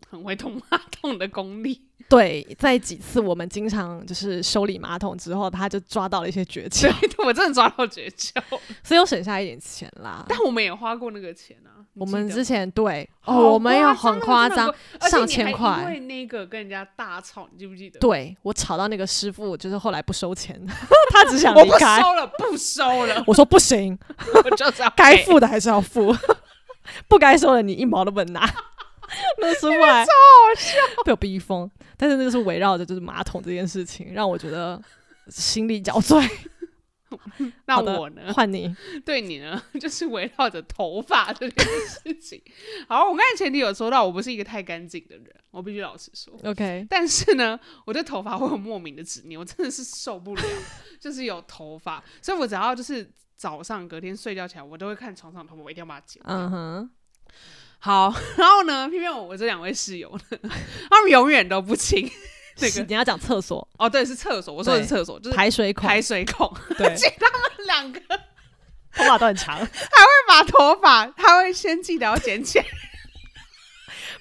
Speaker 1: 很会捅马桶的功力，
Speaker 2: 对，在几次我们经常就是修理马桶之后，他就抓到了一些诀
Speaker 1: 所
Speaker 2: 窍，
Speaker 1: 以我真的抓到诀窍。
Speaker 2: 所以有省下一点钱啦。
Speaker 1: 但我们也花过那个钱啊，你
Speaker 2: 我
Speaker 1: 记
Speaker 2: 们
Speaker 1: 得
Speaker 2: 之
Speaker 1: 吗
Speaker 2: 前对
Speaker 1: 好啊
Speaker 2: 哦，我们有很夸
Speaker 1: 那
Speaker 2: 张
Speaker 1: 个，真的很贵而且
Speaker 2: 上
Speaker 1: 你
Speaker 2: 千
Speaker 1: 还
Speaker 2: 块
Speaker 1: 因为那个跟人家大吵，你记不记得？
Speaker 2: 对我吵到那个师傅，就是后来不收钱， 他只想
Speaker 1: 我
Speaker 2: 离
Speaker 1: 不
Speaker 2: 开。
Speaker 1: 收了，不收 了，
Speaker 2: 我说不行，
Speaker 1: 我就是要哎
Speaker 2: 该
Speaker 1: 赔
Speaker 2: 付的还是要付， 不该收的你一毛都不能拿。 那师傅还超好笑，被我逼疯。但是那就是围绕着就是马桶这件事情，让我觉得心力 交瘁。
Speaker 1: 那
Speaker 2: 好的
Speaker 1: 我呢？
Speaker 2: 换你，
Speaker 1: 对你呢， 就是围绕着头发这件事情。好，我刚才前提有说到，我不是一个太干净的人，我必须老实说。
Speaker 2: OK，
Speaker 1: 但是呢，我对头发会有莫名的执念，我真的是受不了，就是有头发，所以我只要就是早上隔天睡觉起来，我都会看床上的头发，我一定要把它剪。
Speaker 2: 嗯哼，
Speaker 1: 好， 然后呢，偏偏我我这两位室友呢， 他们永远都不清。那个
Speaker 2: 是你要讲厕所
Speaker 1: 哦，对，是厕所，我说的是
Speaker 2: 对
Speaker 1: 厕所，就是
Speaker 2: 排水孔，
Speaker 1: 排水孔，
Speaker 2: 对，
Speaker 1: 两个
Speaker 2: 头发都很长，
Speaker 1: 把头发，他会先记得要剪 起来。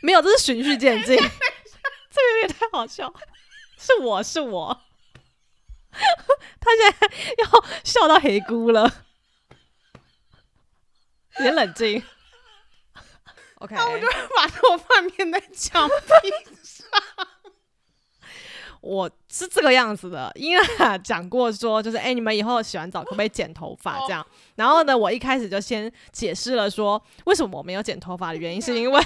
Speaker 2: 没有，这是循序渐进。这个有点太好笑，是我是我，他现在要笑到黑咕了，你冷 静。OK，
Speaker 1: 啊把头发粘在墙壁上，
Speaker 2: 我是这个样子的，因为啊讲过说，就是哎、你们以后洗完澡可不可以剪头发这样？然后呢，我一开始就先解释了说，为什么我没有剪头发的原因，是因为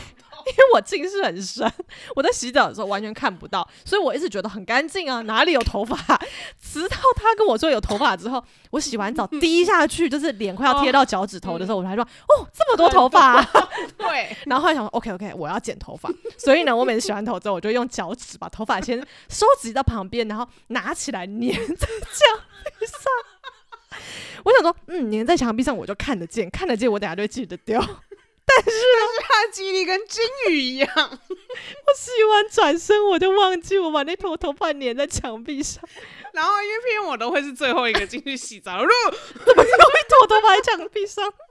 Speaker 2: 因为我近视很深，我在洗澡的时候完全看不到，所以我一直觉得很干净啊，哪里有头发？直到他跟我说有头发之后，我洗完澡滴下去，就是脸快要贴到脚趾头的时候，我才说哦，这么多头发、啊。
Speaker 1: 对，
Speaker 2: 然后后来想说，OK OK，我要剪头发， 所以呢，我每次洗完头之后，我就用脚趾把头发先收集到旁边，然后拿起来粘在墙壁上。我想说，嗯，粘在墙壁上我就看得见，看得见我等下就会记得掉。
Speaker 1: 他的记忆力跟金鱼一样，
Speaker 2: 洗完转身我就忘记我把那头头发粘在墙壁上，
Speaker 1: 然后因为偏偏我都会是最后一个进去洗澡，如果
Speaker 2: 我头发在墙壁上。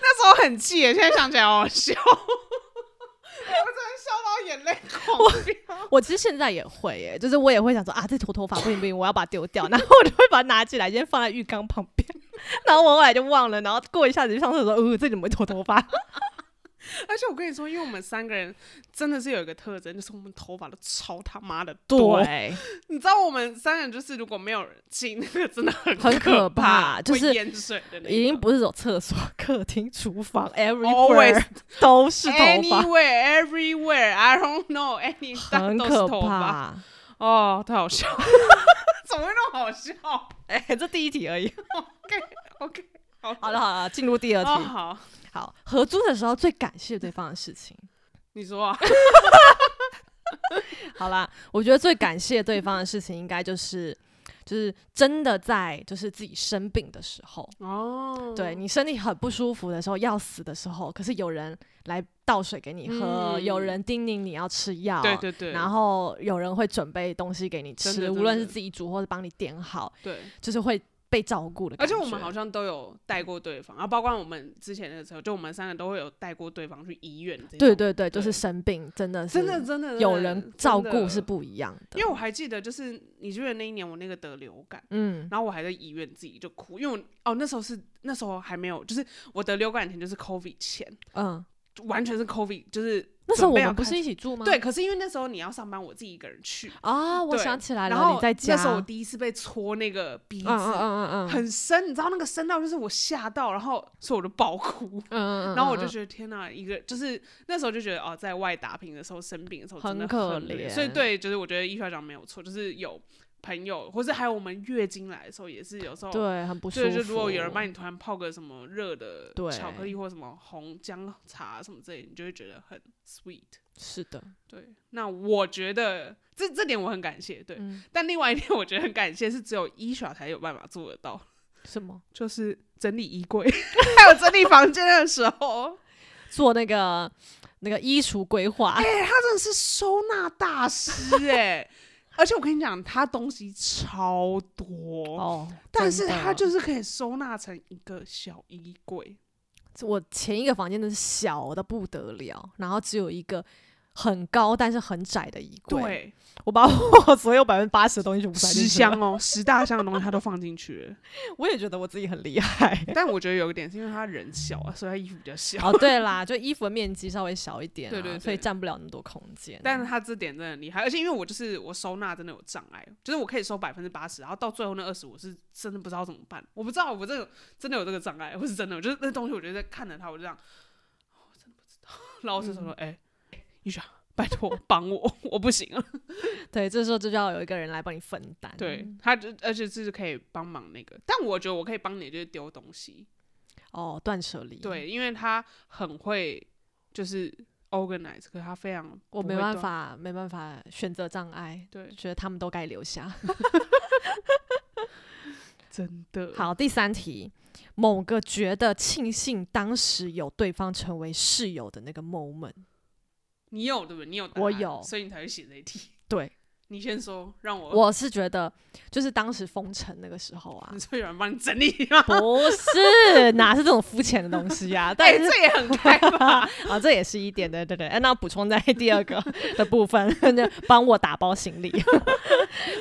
Speaker 1: 那时候很气耶，现在想起来好好笑， 我真的笑到眼泪狂飙。
Speaker 2: 我其实现在也会耶，就是我也会想说啊，这坨头发不行不行，我要把它丢掉，然后我就会把它拿起来，先放在浴缸旁边，然后我后来就忘了，然后过一下子就上厕所说，哦、这怎么会坨头发？
Speaker 1: 而且我跟你说，因为我们三个人真的是有一个特征，就是我们头发都超他妈的多。
Speaker 2: 对，
Speaker 1: 你知道我们三个人就是如果没有人进，那个真的很
Speaker 2: 很
Speaker 1: 可
Speaker 2: 可怕就是
Speaker 1: 会淹水的那
Speaker 2: 已经
Speaker 1: 种
Speaker 2: 不是走厕所、客厅、厨房
Speaker 1: Always
Speaker 2: ，everywhere 都是头发，
Speaker 1: Anywhere, everywhere, I don't know, any
Speaker 2: 很
Speaker 1: 都
Speaker 2: 可
Speaker 1: 是头发。
Speaker 2: 怕。
Speaker 1: 哦，太好 笑了，怎么会那么好笑
Speaker 2: 哎、这第一题而已。
Speaker 1: ？OK，好，
Speaker 2: 好了，好了，进入第二题。
Speaker 1: 哦，好，
Speaker 2: 好，合租的时候最感谢对方的事情。
Speaker 1: 你说 啊，
Speaker 2: 好啦，我觉得最感谢对方的事情，应该就是就是真的在就是自己生病的时候，
Speaker 1: 哦，
Speaker 2: 对你身体很不舒服的时候，要死的时候，可是有人来倒水给你喝，
Speaker 1: 嗯
Speaker 2: 有人叮咛你要吃药，
Speaker 1: 对对对，
Speaker 2: 然后有人会准备东西给你
Speaker 1: 真
Speaker 2: 吃，
Speaker 1: 的
Speaker 2: 无论
Speaker 1: 真
Speaker 2: 是
Speaker 1: 的
Speaker 2: 自己煮或是帮你点好，
Speaker 1: 对，
Speaker 2: 就是会被照顾的
Speaker 1: 而
Speaker 2: 感觉。
Speaker 1: 且我们好像都有带过对方，啊，包括我们之前的时候，就我们三个都会有带过对方去医院这种，
Speaker 2: 对对对，
Speaker 1: 哦
Speaker 2: 就
Speaker 1: 对
Speaker 2: 是生病，真的是
Speaker 1: 真的真的真
Speaker 2: 有
Speaker 1: 的
Speaker 2: 人
Speaker 1: 真
Speaker 2: 照
Speaker 1: 的
Speaker 2: 顾是不一样的。
Speaker 1: 因为我还记得，就是你记得那一年我那个得流感。
Speaker 2: 嗯，
Speaker 1: 然后我还在医院自己就哭，因为我哦那时候是那时候还没有，就是我得流感前就是 COVID 前，
Speaker 2: 嗯，
Speaker 1: 完全是 COVID，就是
Speaker 2: 那时候
Speaker 1: 准
Speaker 2: 我
Speaker 1: 备要
Speaker 2: 们不
Speaker 1: 开
Speaker 2: 是一起住吗？
Speaker 1: 对，可是因为那时候你要上班，我自己一个人去，
Speaker 2: 啊，我
Speaker 1: 嗯对
Speaker 2: 想起来
Speaker 1: 然
Speaker 2: 了，
Speaker 1: 后
Speaker 2: 你在家。
Speaker 1: 那时候我第一次被戳那个鼻
Speaker 2: 嗯
Speaker 1: 子，
Speaker 2: 嗯嗯嗯嗯
Speaker 1: 很深，你知道那个深到就是我吓到，然后所以我就爆哭。
Speaker 2: 嗯 嗯，
Speaker 1: 然后我就
Speaker 2: 嗯
Speaker 1: 觉得天哪，一个就是那时候就觉得哦，在外打拼的时候生病的时候真的
Speaker 2: 很可
Speaker 1: 怜，
Speaker 2: 怜
Speaker 1: 所以对，就是我觉得医学长没有错，就是有朋友，或是还有我们月经来的时候也是有时候
Speaker 2: 嗯对很不舒
Speaker 1: 对，
Speaker 2: 服。
Speaker 1: 就如果有人帮你突然泡个什么热的
Speaker 2: 对
Speaker 1: 巧克力或什么红姜茶什么之类的，你就会觉得很 sweet。
Speaker 2: 是的，
Speaker 1: 对，那我觉得这这点我很感谢，对。
Speaker 2: 嗯，
Speaker 1: 但另外一点我觉得很感谢，是只有医学才有办法做得到，
Speaker 2: 什么
Speaker 1: 就是整理衣柜， 还有整理房间的时候，
Speaker 2: 做那个那个衣橱规划，
Speaker 1: 他哎真的是收纳大师哎、而且我跟你讲，他东西超多，
Speaker 2: 哦，
Speaker 1: 但
Speaker 2: 真
Speaker 1: 是
Speaker 2: 的
Speaker 1: 他就是可以收纳成一个小衣柜。
Speaker 2: 我前一个房间真是小的不得了，然后只有一个很高但是很窄的衣柜，
Speaker 1: 对，
Speaker 2: 我把我 所有百分之八十的东西全部塞进
Speaker 1: 十
Speaker 2: 去了，
Speaker 1: 箱哦，十大箱的东西他都放进去了。
Speaker 2: 我也觉得我自己很 厉害。
Speaker 1: 但我觉得有一点是因为他人小啊，所以他衣服比较小。
Speaker 2: 哦，对啦，就衣服的面积稍微小一点、啊，
Speaker 1: 对对对
Speaker 2: 所以占不了那么多空间。
Speaker 1: 但是他这点真的很厉害，而且因为我就是我收纳真的有障碍，就是我可以收百分之八十，然后到最后那二十我是真的不知道怎么办，我不知道我这个真的有这个障碍，我是真的，我就是那东西我觉得看着他我就这样，哦我真的不知道，然后我就说，哎、
Speaker 2: 嗯
Speaker 1: 玉雪，拜托帮我，我不行了。
Speaker 2: 对，这时候就要有一个人来帮你分担。
Speaker 1: 对，他就而且就是可以帮忙那个，但我觉得我可以帮你就是丢东西，
Speaker 2: 哦，断舍离。，
Speaker 1: 对，因为他很会就是 organize，可是他非常
Speaker 2: 我
Speaker 1: 不
Speaker 2: 没
Speaker 1: 会
Speaker 2: 办
Speaker 1: 断，
Speaker 2: 法，没办法选择障碍，
Speaker 1: 对，
Speaker 2: 觉得他们都该留下。
Speaker 1: 真的
Speaker 2: 好，第三题，某个觉得庆幸当时有对方成为室友的那个 moment，
Speaker 1: 你有对不对？你有答案，
Speaker 2: 我有
Speaker 1: 所以你才会写这一题。
Speaker 2: 对
Speaker 1: 你先说，让我。
Speaker 2: 我是觉得就是当时封城那个时候 啊
Speaker 1: 你，说有人帮你整理吗？
Speaker 2: 不是 哪是这种肤浅的东西啊，但
Speaker 1: 哎、
Speaker 2: 是
Speaker 1: 这也很开吧？
Speaker 2: 啊，这也是一点，对对对。哎那补充在第二 个的部分， 就帮我打包行李。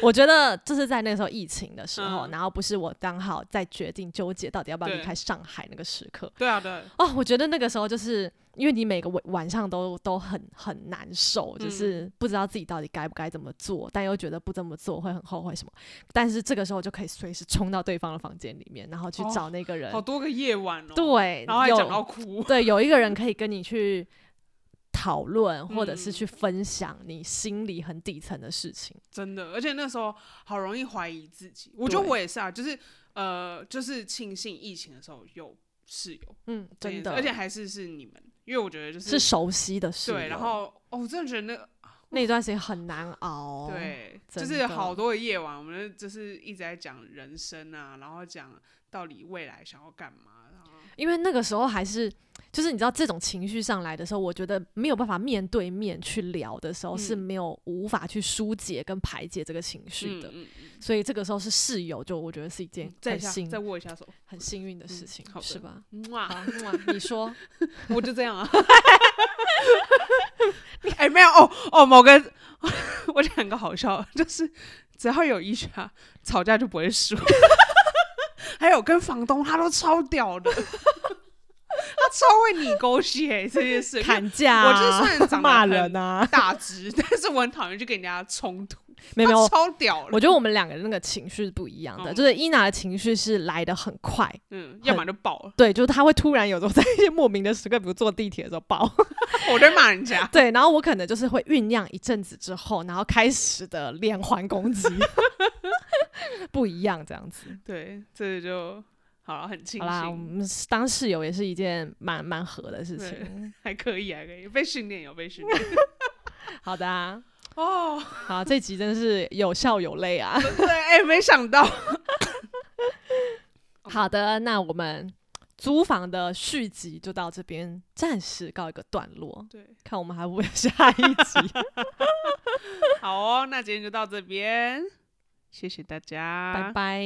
Speaker 2: 我觉得就是在那时候疫情的时候，
Speaker 1: 嗯
Speaker 2: 然后不是我刚好在决定纠结到底要不要离
Speaker 1: 对
Speaker 2: 开上海那个时刻
Speaker 1: 对啊，对啊，
Speaker 2: 哦，我觉得那个时候就是因为你每个晚晚上都都很很难受，就
Speaker 1: 嗯
Speaker 2: 是不知道自己到底该不该这么做，但又觉得不这么做会很后悔什么。但是这个时候就可以随时冲到对方的房间里面，然后去
Speaker 1: 哦
Speaker 2: 找那个人。
Speaker 1: 好多个夜晚哦。，
Speaker 2: 对，
Speaker 1: 然后还
Speaker 2: 有
Speaker 1: 讲到哭。
Speaker 2: 对，有一个人可以跟你去讨论，或者是
Speaker 1: 嗯
Speaker 2: 去分享你心里很底层的事情。
Speaker 1: 真的，而且那时候好容易怀疑自己。我觉得
Speaker 2: 对
Speaker 1: 我也是啊，就是呃，就是庆幸疫情的时候有室友
Speaker 2: 嗯，
Speaker 1: 这件事，
Speaker 2: 真的，
Speaker 1: 而且还是是你们，因为我觉得就是
Speaker 2: 熟悉的事。
Speaker 1: 对，然后哦，我真的觉得那个
Speaker 2: 那段时间很难熬。，
Speaker 1: 对，就
Speaker 2: 哦真
Speaker 1: 是
Speaker 2: 的
Speaker 1: 好多的夜晚，我们就是一直在讲人生啊，然后讲到底未来想要干嘛，然后
Speaker 2: 因为那个时候还是。就是你知道这种情绪上来的时候，我觉得没有办法面对面去聊的时候，
Speaker 1: 嗯
Speaker 2: 是没有无法去疏解跟排解这个情绪的。
Speaker 1: 嗯嗯嗯
Speaker 2: 所以这个时候是室友，就我觉得是一件
Speaker 1: 嗯再一
Speaker 2: 很
Speaker 1: 下，
Speaker 2: 幸
Speaker 1: 再握一下 手，
Speaker 2: 很幸运的事情，
Speaker 1: 好的
Speaker 2: 是吧？
Speaker 1: 哇，
Speaker 2: 好，木啊 你说，
Speaker 1: 我就这样啊。 你哎、没有哦哦，某个 我讲个好笑的，就是只要有一家吵架就不会输， 还有跟房东他都超屌的，他超会你勾血这件事。
Speaker 2: 砍价
Speaker 1: 我就是
Speaker 2: 啊，
Speaker 1: 虽然长得
Speaker 2: 骂
Speaker 1: 很
Speaker 2: 人啊，
Speaker 1: 大只， 但是我很讨厌去跟人家冲突，
Speaker 2: 没有没有
Speaker 1: 他，超屌
Speaker 2: 我
Speaker 1: 的，
Speaker 2: 觉得我们两个人那个情绪是不一样的，
Speaker 1: 嗯
Speaker 2: 就是伊娜的情绪是来的很快，
Speaker 1: 嗯，要么就爆了，
Speaker 2: 对，就是她会突然有时候在一些莫名的时刻，比如坐地铁的时候 爆，
Speaker 1: 我在骂人家，
Speaker 2: 对，然后我可能就是会酝酿一阵子之后，然后开始的连环攻 击，不一样这样子。
Speaker 1: 对，这就好了，很庆
Speaker 2: 好啦，我
Speaker 1: 幸，
Speaker 2: 们当室友也是一件蛮蛮合的事情。
Speaker 1: 还可以，还可以，被训练有被训练
Speaker 2: 好的啊，
Speaker 1: 哦。
Speaker 2: 好，这集真是有笑有 泪啊。
Speaker 1: 对，哎、没想到，
Speaker 2: 好的，那我们租房的续集就到这边暂时告一个段落，
Speaker 1: 对，
Speaker 2: 看我们还会不会有下一 集。
Speaker 1: 好哦，那今天就到这边，谢谢大家，
Speaker 2: 拜拜。